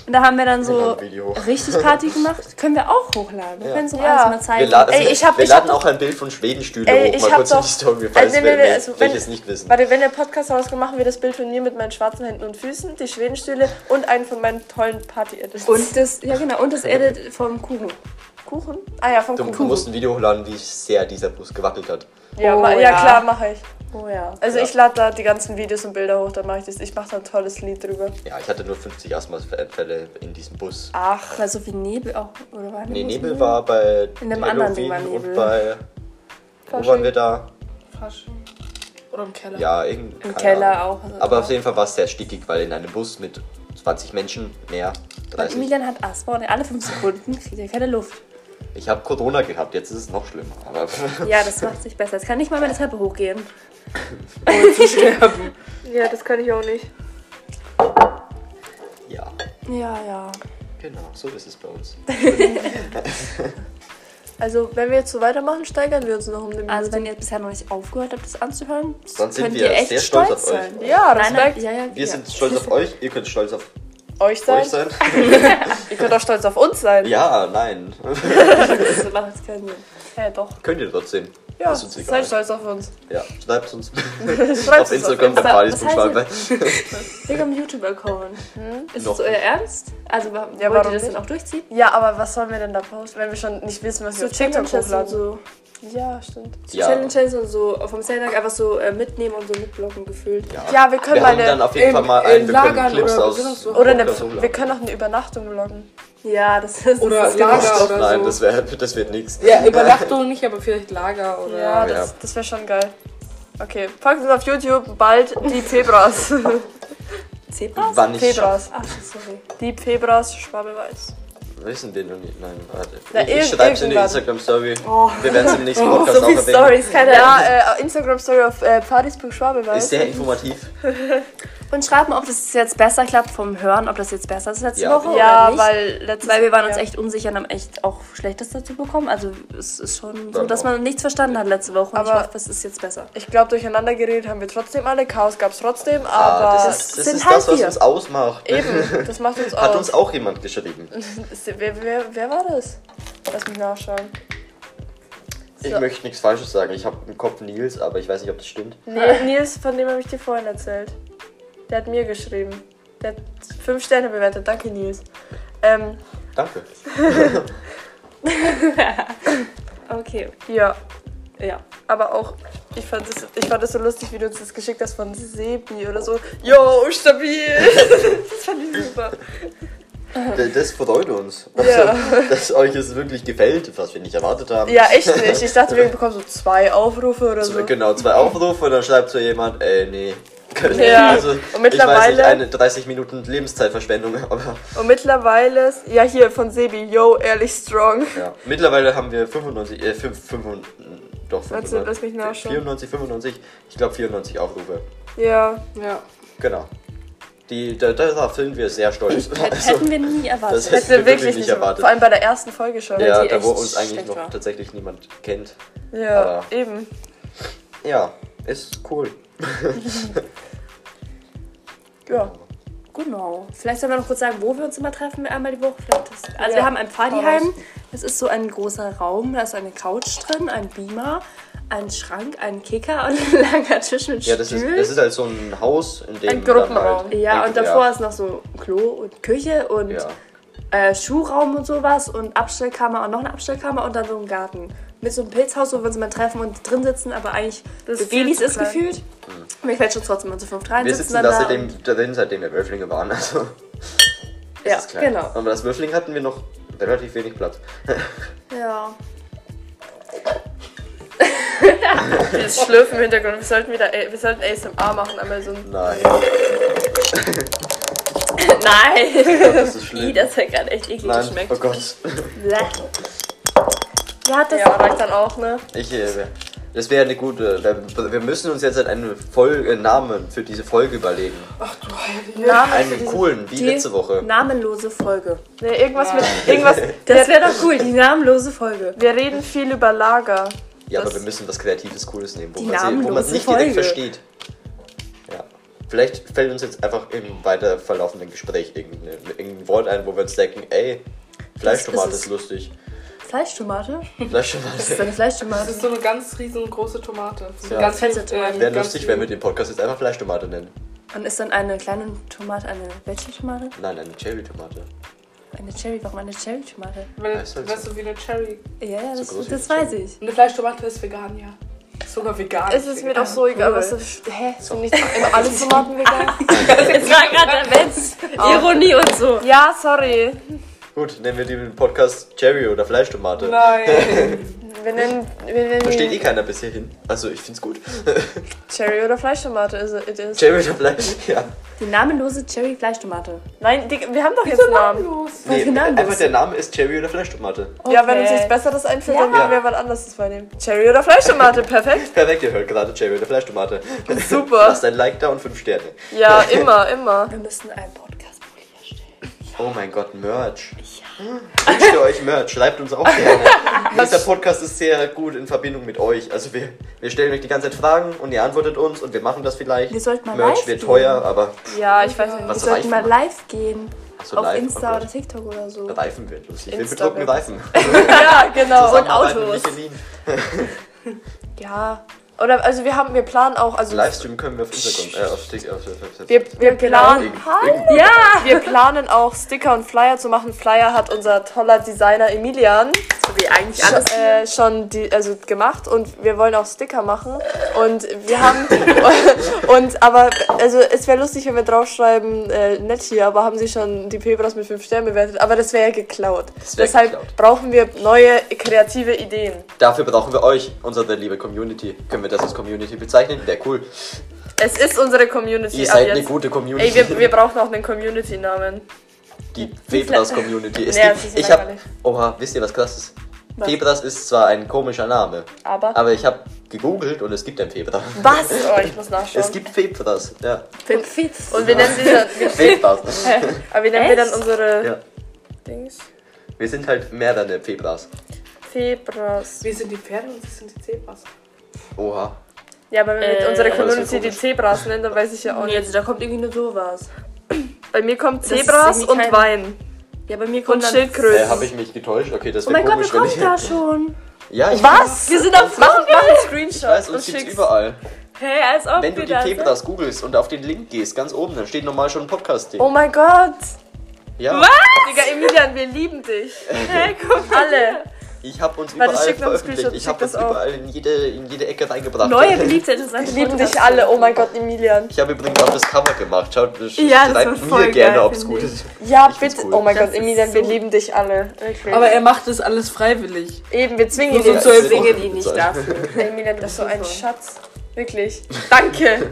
Speaker 6: Und da haben wir dann
Speaker 3: Wir
Speaker 6: so
Speaker 3: machen ein Video.
Speaker 6: richtig Party gemacht. Können wir auch hochladen. Wir können es auch
Speaker 2: Ja.
Speaker 6: alles mal
Speaker 3: Wir,
Speaker 6: zeigen.
Speaker 3: la
Speaker 2: Ey, ich hab-
Speaker 3: wir
Speaker 2: ich hab
Speaker 3: laden auch ein Bild von Schwedenstühle
Speaker 2: Ey,
Speaker 3: hoch,
Speaker 2: ich
Speaker 3: mal
Speaker 2: hab
Speaker 3: kurz in die
Speaker 2: doch-
Speaker 3: Story,
Speaker 2: Ey,
Speaker 3: falls
Speaker 2: nee, nee,
Speaker 3: wer,
Speaker 2: nee, also
Speaker 3: wer,
Speaker 2: wenn-
Speaker 3: welches nicht wissen.
Speaker 2: Warte, wenn der Podcast rauskommt, machen wir das Bild von mir mit meinen schwarzen Händen und Füßen, die Schwedenstühle und einen von meinen tollen Party-Edits.
Speaker 6: Und das, ja genau, und das Edit vom Kuchen.
Speaker 2: Kuchen? Ah ja, vom
Speaker 3: Du,
Speaker 2: Kuchen.
Speaker 3: du musst ein Video hochladen, wie sehr dieser Bus gewackelt hat.
Speaker 2: Ja,
Speaker 6: Oh,
Speaker 2: ma- ja,
Speaker 6: ja.
Speaker 2: klar, mache ich.
Speaker 6: Oh ja.
Speaker 2: Also
Speaker 3: Ja.
Speaker 2: ich lade da die ganzen Videos und Bilder hoch, dann mache ich das. Ich mache da ein tolles Lied drüber.
Speaker 3: Ja, ich hatte nur 50 Asthma-Fälle in diesem Bus.
Speaker 6: Ach, war so viel Nebel auch, oder war
Speaker 3: nee,
Speaker 6: Nebel?
Speaker 3: Nebel war bei
Speaker 6: In einem anderen Ding
Speaker 3: Halloween
Speaker 6: war
Speaker 3: und
Speaker 6: Nebel.
Speaker 3: bei... Wo waren wir da?
Speaker 5: Oder im Keller.
Speaker 3: Ja, irgend,
Speaker 6: Im
Speaker 3: keine
Speaker 6: Keller
Speaker 3: Ahnung.
Speaker 6: auch.
Speaker 3: Aber auf jeden Fall war es sehr stickig, weil in einem Bus mit 20 Menschen, mehr, 30.
Speaker 6: Emilian hat Asthma und alle fünf Sekunden kriegt er keine Luft.
Speaker 3: Ich habe Corona gehabt, jetzt ist es noch schlimmer. Aber
Speaker 6: Ja, das macht sich besser. Jetzt kann nicht mal mehr eine Treppe hochgehen.
Speaker 2: Ja, das kann ich auch nicht.
Speaker 3: ja,
Speaker 6: Ja, ja.
Speaker 3: genau, so ist es bei uns.
Speaker 2: Also, wenn wir jetzt so weitermachen, steigern wir uns noch um den
Speaker 6: Also wenn ihr bisher noch nicht aufgehört habt, das anzuhören,
Speaker 3: Sonst sind
Speaker 6: könnt
Speaker 3: wir
Speaker 6: ihr echt
Speaker 3: sehr stolz
Speaker 6: stolz,
Speaker 3: auf euch.
Speaker 6: sein.
Speaker 2: Ja,
Speaker 6: Nein,
Speaker 2: Respekt.
Speaker 6: nein, ja, ja,
Speaker 3: Wir
Speaker 6: ja.
Speaker 3: sind stolz auf euch, ihr könnt stolz auf
Speaker 2: euch sein.
Speaker 3: euch sein.
Speaker 2: Ihr könnt auch stolz auf uns sein.
Speaker 3: Ja, nein.
Speaker 6: Das macht jetzt keinen Sinn.
Speaker 2: Ja, doch.
Speaker 3: Könnt ihr trotzdem.
Speaker 2: Ja,
Speaker 3: ist uns
Speaker 2: seid
Speaker 3: egal.
Speaker 2: stolz auf uns.
Speaker 3: Ja, schreibt uns
Speaker 2: Schreibt's uns
Speaker 3: auf
Speaker 2: auf
Speaker 3: Instagram bei
Speaker 6: Insta.
Speaker 3: Partys.schwabe.
Speaker 6: Wegen dem YouTube-Account. Ist
Speaker 3: Noch
Speaker 6: das euer Ernst? Also wa- wollt
Speaker 2: warum
Speaker 6: ihr das
Speaker 2: nicht?
Speaker 6: dann auch durchziehen?
Speaker 2: Ja, aber was sollen wir denn da posten, wenn wir schon nicht wissen, was wir auf TikTok
Speaker 6: Challenges und
Speaker 2: hochladen?
Speaker 6: so.
Speaker 2: Ja, stimmt.
Speaker 3: Ja,
Speaker 6: Challenges und so vom Zeltag einfach so äh, mitnehmen und so mitblocken gefühlt.
Speaker 3: ja.
Speaker 2: Ja, wir können
Speaker 3: wir
Speaker 2: mal
Speaker 3: haben
Speaker 2: eine-
Speaker 3: dann auf jeden Fall mal einen, wir können
Speaker 5: Lagern
Speaker 3: Clips
Speaker 5: oder
Speaker 3: aus.
Speaker 5: sowas.
Speaker 2: Oder eine,
Speaker 3: so laden.
Speaker 2: wir können auch eine Übernachtung vloggen.
Speaker 6: Ja, das ist
Speaker 5: Oder Lager oder
Speaker 3: Nein,
Speaker 5: so.
Speaker 3: das, wär, das wird nichts.
Speaker 5: ja, Übernachtung nicht, aber vielleicht Lager oder.
Speaker 2: Ja, das, das wäre schon geil. Okay, folgt uns auf YouTube bald die Zebras.
Speaker 6: Zebras?
Speaker 3: Wann ich
Speaker 2: Zebras.
Speaker 6: Ach, sorry.
Speaker 2: Die Zebras, Schwabelweiß.
Speaker 3: Wissen wir noch nicht. Nein, warte.
Speaker 2: Na,
Speaker 3: ich
Speaker 2: irgend-
Speaker 3: ich schreib's in die
Speaker 2: irgendwann.
Speaker 3: Instagram-Story. Wir werden es im nächsten Podcast
Speaker 6: So
Speaker 3: auch
Speaker 6: viel
Speaker 3: erwähnen.
Speaker 6: Stories, keine Ahnung.
Speaker 2: Ja, äh, Instagram-Story auf äh, Partys.schwabelweiß.
Speaker 3: Ist sehr informativ.
Speaker 6: Und schreibt mal, ob das jetzt besser klappt vom Hören, ob das jetzt besser ist als letzte
Speaker 3: Ja.
Speaker 6: Woche oder
Speaker 2: genau. Ja,
Speaker 6: nicht.
Speaker 2: weil letztes
Speaker 6: weil wir waren uns
Speaker 2: ja.
Speaker 6: echt unsicher und haben echt auch Schlechtes dazu bekommen. Also es ist schon so,
Speaker 3: Dann
Speaker 6: dass
Speaker 3: auch.
Speaker 6: man nichts verstanden hat letzte Woche. Und
Speaker 2: Aber-
Speaker 6: ich hoffe, es ist jetzt besser.
Speaker 2: Ich glaube, durcheinander geredet haben wir trotzdem alle. Chaos gab's trotzdem, aber.
Speaker 3: Ah, das ist, das,
Speaker 6: sind
Speaker 3: ist
Speaker 6: halt
Speaker 3: das, was
Speaker 6: wir.
Speaker 3: uns ausmacht.
Speaker 2: Eben, das macht uns aus.
Speaker 3: Hat uns auch jemand geschrieben.
Speaker 2: Ist- wer, wer, wer war das? Lass mich nachschauen.
Speaker 3: Ich
Speaker 2: So.
Speaker 3: möchte nichts Falsches sagen. Ich habe im Kopf Nils, aber ich weiß nicht, ob das stimmt.
Speaker 2: Nee, Nils, von dem habe ich dir vorhin erzählt. Der hat mir geschrieben. Der hat fünf Sterne bewertet. Danke, Nils. Ähm,
Speaker 3: Danke.
Speaker 6: Okay.
Speaker 2: ja.
Speaker 6: Ja.
Speaker 2: Aber auch, ich fand, das, ich fand das so lustig, wie du uns das geschickt hast von Sebi oder so. Yo, stabil! das fand ich super.
Speaker 3: D- Das freut uns. Also, Dass euch es wirklich gefällt, was wir nicht erwartet haben.
Speaker 2: Ja, echt nicht. Also. Ich dachte, wir bekommen so zwei Aufrufe oder so.
Speaker 3: Zwei- Genau, zwei Aufrufe und dann schreibt so jemand, ey, nee.
Speaker 2: Ja,
Speaker 3: Also,
Speaker 2: und
Speaker 3: ich weiß nicht,
Speaker 2: mittlerweile-
Speaker 3: eine 30 Minuten Lebenszeitverschwendung, aber
Speaker 2: Und mittlerweile, ist- ja hier von Sebi, yo, ehrlich strong.
Speaker 3: ja. Mittlerweile haben wir 95, äh, 5, 5, doch,
Speaker 2: Warte,
Speaker 3: 95,
Speaker 2: lass mich nachschauen.
Speaker 3: 94, 95, ich glaube 94 Aufrufe.
Speaker 2: Ja,
Speaker 5: Ja.
Speaker 3: Genau. Die, da, darauf sind wir sehr stolz. Also,
Speaker 6: Hätten wir nie erwartet.
Speaker 3: das hätten wir wirklich nicht erwartet.
Speaker 2: vor allem bei der ersten Folge schon.
Speaker 3: ja,
Speaker 6: die
Speaker 3: da wo
Speaker 6: echt
Speaker 3: uns eigentlich
Speaker 6: schlecht
Speaker 3: noch
Speaker 6: war.
Speaker 3: tatsächlich niemand kennt.
Speaker 2: Ja,
Speaker 3: Aber-
Speaker 2: eben.
Speaker 3: Ja, ist cool.
Speaker 2: Ja.
Speaker 6: Genau. Vielleicht sollen wir noch kurz sagen, wo wir uns immer treffen, einmal die Woche. Vielleicht ist, also wir haben ein Partyheim. Das ist so ein großer Raum. Da ist eine Couch drin, ein Beamer, ein Schrank, ein Kicker und ein langer Tisch mit
Speaker 3: Ja, das ist,
Speaker 6: Stuhl.
Speaker 3: das ist halt so ein Haus, in dem.
Speaker 2: Ein
Speaker 3: dann
Speaker 2: Gruppenraum.
Speaker 3: Halt,
Speaker 6: ja,
Speaker 3: ein-
Speaker 6: und davor ist noch so Klo und Küche und
Speaker 3: Ja.
Speaker 6: äh, Schuhraum und sowas und Abstellkammer und noch eine Abstellkammer und dann so ein Garten. Mit so einem Pilzhaus, wo wir uns immer treffen und drin sitzen, aber eigentlich so wenig ist gefühlt. Mir fällt schon trotzdem immer zu fünf rein.
Speaker 3: Hm. Wir
Speaker 6: sitzen
Speaker 3: sitzen
Speaker 6: dann
Speaker 3: da
Speaker 6: da und-
Speaker 3: seitdem, drin, seitdem wir Wölflinge waren. Also, es
Speaker 6: Ja,
Speaker 3: ist klein.
Speaker 6: genau.
Speaker 3: Aber das Wölfling hatten wir noch relativ wenig Platz.
Speaker 6: Ja.
Speaker 2: Dieses Schlürfen im Hintergrund. Wir sollten wieder A- wir sollten ASMR machen, einmal so ein.
Speaker 3: Nein,
Speaker 6: Nein!
Speaker 3: das ist schlimm.
Speaker 6: Das hat gerade echt eklig
Speaker 3: Nein,
Speaker 6: geschmeckt.
Speaker 3: oh Gott.
Speaker 6: Ja, das
Speaker 2: Ja, reicht dann auch, ne?
Speaker 3: Ich, äh, das wäre eine gute. Wir wir müssen uns jetzt halt einen Folge, äh, Namen für diese Folge überlegen. Einen coolen, wie letzte Woche.
Speaker 6: namenlose Folge.
Speaker 2: Ne, irgendwas mit. Irgendwas.
Speaker 6: Das wäre doch cool, die namenlose Folge.
Speaker 2: Wir reden viel über Lager.
Speaker 3: Ja, aber wir müssen was Kreatives, Cooles nehmen, wo
Speaker 6: Die
Speaker 3: man sie- wo man es
Speaker 6: namenlose
Speaker 3: nicht direkt
Speaker 6: Folge.
Speaker 3: versteht. Ja. Vielleicht fällt uns jetzt einfach im weiter verlaufenden Gespräch irgendein, irgendein Wort ein, wo wir uns denken, ey, Fleischtomate
Speaker 6: Das
Speaker 3: ist,
Speaker 6: ist es.
Speaker 3: lustig.
Speaker 6: Fleischtomate? Das ist
Speaker 3: Fleischtomate.
Speaker 6: eine Fleischtomate.
Speaker 5: Das ist so eine ganz riesengroße Tomate. So
Speaker 3: Ja.
Speaker 5: ganz
Speaker 6: Fette
Speaker 5: viel, ähm,
Speaker 6: Tomate.
Speaker 3: Wäre
Speaker 5: ganz
Speaker 3: lustig,
Speaker 5: viel-
Speaker 3: wenn wir den Podcast jetzt einfach Fleischtomate nennen.
Speaker 6: Und ist dann eine kleine Tomate eine welche Tomate?
Speaker 3: Nein, eine Cherrytomate.
Speaker 6: Eine Cherry, warum eine Cherry-Tomate?
Speaker 5: Wenn,
Speaker 3: Weißt du,
Speaker 5: weißt du, wie eine Cherry.
Speaker 6: Ja, ja, das,
Speaker 3: groß wie
Speaker 6: das
Speaker 3: eine
Speaker 6: weiß ich.
Speaker 5: Eine Fleischtomate ist vegan, ja. Ist Sogar vegan.
Speaker 2: Es ist mir doch so egal, was das. Hä? Sind nicht immer alle Tomaten vegan?
Speaker 6: Es war gerade der Witz. Ironie und so.
Speaker 2: Ja, sorry.
Speaker 3: Gut, nennen wir den Podcast Cherry oder Fleischtomate.
Speaker 5: Nein.
Speaker 2: Wir nennen, wir nennen
Speaker 3: Versteht eh
Speaker 2: die
Speaker 3: keiner bis hierhin. Also ich find's gut.
Speaker 2: Cherry oder Fleischtomate is it is.
Speaker 3: Cherry oder Fleisch. Ja.
Speaker 6: Die namenlose Cherry-Fleischtomate.
Speaker 2: Nein, Digga, wir haben doch jetzt einen Namen.
Speaker 3: Nee,
Speaker 6: Namen
Speaker 3: einfach
Speaker 6: ist-
Speaker 3: der Name ist Cherry oder Fleischtomate.
Speaker 6: Oh.
Speaker 2: Ja, wenn uns nichts Besseres einfällt, dann
Speaker 3: Ja.
Speaker 2: werden wir was anderes das mal nehmen. Cherry oder Fleischtomate, perfekt.
Speaker 3: Perfekt, ihr hört gerade Cherry oder Fleischtomate.
Speaker 2: Super.
Speaker 3: Lasst ein Like da und 5 Sterne.
Speaker 2: Ja, immer, immer.
Speaker 6: Wir müssen einen Podcast-Pulli erstellen.
Speaker 3: Oh mein Gott, Merch. Wünscht ihr euch Merch? Schreibt uns auch gerne. Dieser Podcast ist sehr gut in Verbindung mit euch. Also wir, wir stellen euch die ganze Zeit Fragen und ihr antwortet uns und wir machen das vielleicht.
Speaker 6: Wir sollten mal
Speaker 3: Merch
Speaker 6: live
Speaker 3: wird
Speaker 6: gehen.
Speaker 3: teuer, aber
Speaker 2: Ja, ich weiß nicht.
Speaker 3: was
Speaker 6: Wir sollten
Speaker 3: Reifen
Speaker 6: mal live gehen.
Speaker 3: so
Speaker 6: auf
Speaker 3: live,
Speaker 6: Insta
Speaker 3: oh
Speaker 6: oder
Speaker 3: Gott.
Speaker 6: TikTok oder so.
Speaker 3: Reifen wird lustig. Wir
Speaker 2: Insta-
Speaker 3: bedrucken Reifen.
Speaker 2: Ja, genau. Und
Speaker 3: Zusammenarbeiten mit
Speaker 2: Autos.
Speaker 3: Michelin.
Speaker 2: Ja. Oder, also wir haben, wir planen auch, also
Speaker 3: Livestream können wir auf Instagram, äh, auf TikTok, auf, auf, auf,
Speaker 2: wir, wir planen,
Speaker 3: Irgend- irgend-
Speaker 2: wir planen auch Sticker und Flyer zu machen. Flyer hat unser toller Designer Emilian
Speaker 6: Wie eigentlich
Speaker 2: schon, äh, schon die, also gemacht und wir wollen auch Sticker machen und wir haben und aber also es wäre lustig, wenn wir draufschreiben äh, nett hier, aber haben sie schon die Pebras mit 5 Sternen bewertet, aber das wäre ja geklaut.
Speaker 3: wär
Speaker 2: Deshalb
Speaker 3: geklaut.
Speaker 2: brauchen wir neue kreative Ideen.
Speaker 3: Dafür brauchen wir euch, unsere liebe Community. Können wir das als Community bezeichnen? Wäre cool.
Speaker 2: Es ist unsere Community
Speaker 3: Ihr
Speaker 2: ab
Speaker 3: seid
Speaker 2: jetzt.
Speaker 3: eine gute Community.
Speaker 2: Ey, wir, wir brauchen auch einen Community Namen.
Speaker 3: die Febras Community. Es
Speaker 2: Ja,
Speaker 3: gibt,
Speaker 2: das ist
Speaker 3: ich hab,
Speaker 2: langweilig.
Speaker 3: oha, wisst ihr was krass ist? Febras ist zwar ein komischer Name,
Speaker 2: Aber?
Speaker 3: aber ich habe gegoogelt und es gibt ein Febra.
Speaker 2: Was? Oh, ich muss nachschauen.
Speaker 3: Es gibt Febras, ja.
Speaker 2: und wir nennen sie dann,
Speaker 3: Febras.
Speaker 2: aber wir nennen wir dann unsere
Speaker 3: ja.
Speaker 2: Dings?
Speaker 3: Wir sind halt mehrere Febras.
Speaker 2: Zebras.
Speaker 5: Wir sind die Pferde und sie sind die Zebras.
Speaker 3: Oha.
Speaker 2: Ja, aber wenn wir
Speaker 6: Äh,
Speaker 2: mit unserer
Speaker 3: Aber das ist
Speaker 2: Community die
Speaker 3: komisch.
Speaker 2: Zebras nennen, dann weiß ich ja auch
Speaker 6: Nee,
Speaker 2: nicht.
Speaker 6: also da kommt irgendwie nur sowas.
Speaker 2: Bei mir kommt
Speaker 6: ist
Speaker 2: Zebras
Speaker 6: irgendwie
Speaker 2: und
Speaker 6: kein-
Speaker 2: Wein
Speaker 6: Ja, bei mir kommt
Speaker 2: und
Speaker 6: dann...
Speaker 2: Schildkröten.
Speaker 3: Äh, habe ich mich getäuscht? Okay, das
Speaker 6: Oh
Speaker 3: wäre
Speaker 6: mein Gott, wir
Speaker 3: komisch, wenn
Speaker 6: kommen
Speaker 3: ich.
Speaker 6: da schon.
Speaker 3: Ja, ich
Speaker 2: Was? Wir sind auf Machen, mach einen Screenshot
Speaker 3: weiß,
Speaker 2: und
Speaker 3: uns gibt's
Speaker 2: schick's.
Speaker 3: überall.
Speaker 2: Hey, als ob
Speaker 3: Wenn du
Speaker 2: wir
Speaker 3: die
Speaker 2: da sind.
Speaker 3: Febras googelst und auf den Link gehst, ganz oben, dann steht normal schon ein Podcast-Ding.
Speaker 2: Oh mein Gott.
Speaker 3: ja.
Speaker 2: Digga, Emilian, wir lieben dich. Hey, guck mal. Alle.
Speaker 3: Ich habe uns
Speaker 2: Warte,
Speaker 3: überall
Speaker 2: schick mir einen
Speaker 3: veröffentlicht.
Speaker 2: Screenshot,
Speaker 3: Ich
Speaker 2: schick
Speaker 3: habe uns
Speaker 2: das auch.
Speaker 3: überall in jede, in jede Ecke reingebracht.
Speaker 6: Neue Geliebte interessante
Speaker 2: Lieben dich alle, oh mein Gott, Emilian.
Speaker 3: Ich habe übrigens auch das Cover gemacht. Schaut,
Speaker 6: Ja, das war
Speaker 3: schreibt
Speaker 6: voll
Speaker 3: mir gerne,
Speaker 6: geil,
Speaker 3: ob es
Speaker 6: finde
Speaker 3: gut ist.
Speaker 2: Ja,
Speaker 3: find's
Speaker 2: bitte.
Speaker 3: cool.
Speaker 2: Oh mein
Speaker 6: Das
Speaker 2: Gott,
Speaker 6: ist
Speaker 2: Emilian, wir
Speaker 6: so-
Speaker 2: lieben dich alle. Wirklich.
Speaker 8: Aber er macht das alles freiwillig.
Speaker 2: Eben, wir zwingen ihn
Speaker 8: so
Speaker 2: jetzt.
Speaker 8: zu
Speaker 2: Wir
Speaker 8: helfen.
Speaker 2: zwingen
Speaker 6: ihn nicht
Speaker 3: Sorry.
Speaker 6: dafür.
Speaker 2: Emilian, du bist so ein Schatz. Wirklich. Danke.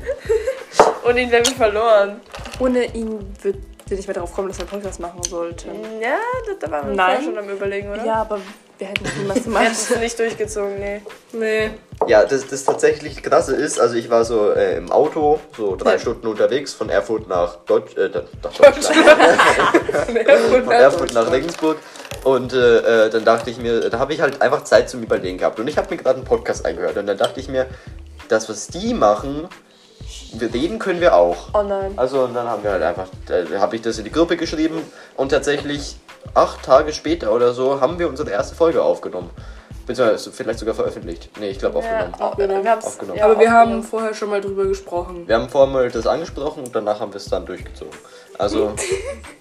Speaker 2: Und ihn werden wir verloren.
Speaker 6: Ohne ihn würde ich nicht mehr darauf kommen, dass wir einen Podcast machen sollten.
Speaker 2: Ja, da- da waren wir
Speaker 6: Nein.
Speaker 2: vorher schon am überlegen, oder?
Speaker 6: Ja, aber wir hätten das niemals
Speaker 2: Wir
Speaker 6: gemacht.
Speaker 2: hätten es nicht durchgezogen, nee.
Speaker 8: Nee.
Speaker 3: Ja, das, das tatsächlich krasse ist, also ich war so äh, im Auto, so drei Stunden unterwegs, von Erfurt nach Deutsch, äh, nach Deutschland, von Erfurt nach Regensburg. Und äh, äh, dann dachte ich mir, da habe ich halt einfach Zeit zum Überlegen gehabt. Und ich habe mir gerade einen Podcast eingehört. Und dann dachte ich mir, das, was die machen, wir reden können wir auch.
Speaker 2: Oh nein.
Speaker 3: Also und dann haben wir halt einfach, äh, habe ich das in die Gruppe geschrieben und tatsächlich acht Tage später oder so haben wir unsere erste Folge aufgenommen. Beziehungsweise vielleicht sogar veröffentlicht. Nee, ich glaube aufgenommen.
Speaker 2: wir haben's-
Speaker 3: Aufgenommen.
Speaker 2: ja,
Speaker 8: Aber wir haben
Speaker 2: aufgenommen.
Speaker 8: vorher schon mal drüber gesprochen.
Speaker 3: Wir haben vorher mal das angesprochen und danach haben wir es dann durchgezogen. Also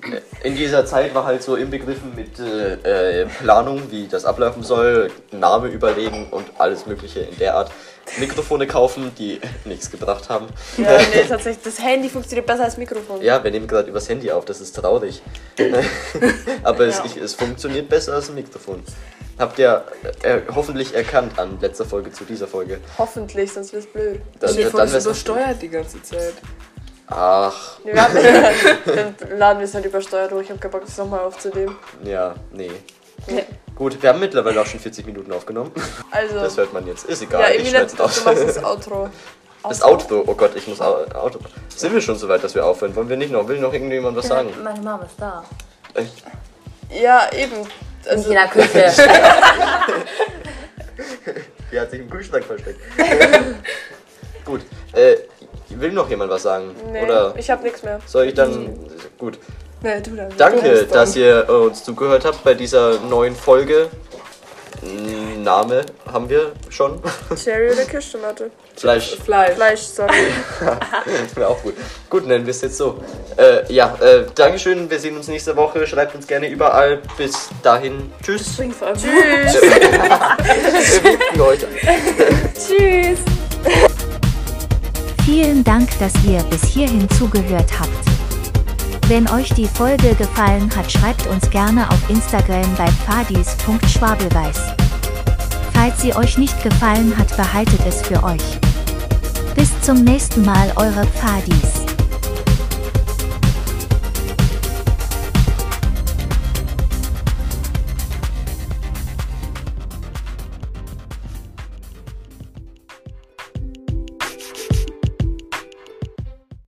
Speaker 3: äh, in dieser Zeit war halt so inbegriffen mit äh, äh, Planung, wie das ablaufen soll, Name überlegen und alles mögliche in der Art. Mikrofone kaufen, die nichts gebracht haben.
Speaker 2: Ja, nee, tatsächlich. Das Handy funktioniert besser als Mikrofon.
Speaker 3: Ja, wir nehmen gerade übers Handy auf, das ist traurig. Aber es, ich, es funktioniert besser als ein Mikrofon. Habt ihr äh, hoffentlich erkannt an letzter Folge zu dieser Folge.
Speaker 2: Hoffentlich, sonst wird's blöd.
Speaker 3: Dann,
Speaker 8: Die
Speaker 3: dann
Speaker 8: Folge ist
Speaker 3: wär's noch-
Speaker 8: übersteuert die ganze Zeit.
Speaker 3: Ach,
Speaker 2: Nee, wir haben, dann laden wir es halt übersteuert hoch. Ich hab keinen Bock, das nochmal aufzunehmen.
Speaker 3: ja, nee. Gut, wir haben mittlerweile auch schon 40 Minuten aufgenommen.
Speaker 2: Also,
Speaker 3: Das hört man jetzt. Ist egal,
Speaker 2: ja,
Speaker 3: Ah, ich
Speaker 2: Emilian,
Speaker 3: schneide es
Speaker 2: du machst
Speaker 3: aus.
Speaker 2: das Outro.
Speaker 3: Das Auto, oh Gott, ich muss au- Auto. Sind wir schon so weit, dass wir aufhören? Wollen wir nicht noch? Will noch irgendjemand was sagen?
Speaker 4: Meine Mama ist da.
Speaker 3: Äh,
Speaker 2: Ja, eben.
Speaker 4: Nicht in der Küche.
Speaker 3: Die hat sich im Kühlschrank versteckt. Gut, äh, will noch jemand was sagen?
Speaker 2: Nee,
Speaker 3: Oder
Speaker 2: ich hab nichts mehr.
Speaker 3: soll ich dann. Gut.
Speaker 6: Äh,
Speaker 2: Nee, du dann.
Speaker 3: Danke, dass ihr äh, uns zugehört habt bei dieser neuen Folge. Mm, Name haben wir schon.
Speaker 2: Cherry oder Kirschtomate?
Speaker 3: Fleisch
Speaker 8: Fleisch.
Speaker 2: Fleisch, sorry.
Speaker 3: wäre auch gut. Gut, nennen wir es jetzt so. Äh, ja, äh, Dankeschön. Wir sehen uns nächste Woche. Schreibt uns gerne überall. Bis dahin. Tschüss. Wir winken euch.
Speaker 2: Tschüss.
Speaker 7: Vielen Dank, dass ihr bis hierhin zugehört habt. Wenn euch die Folge gefallen hat, schreibt uns gerne auf Instagram bei pfadis.schwabelweiß. Falls sie euch nicht gefallen hat, behaltet es für euch. Bis zum nächsten Mal, eure Pfadis.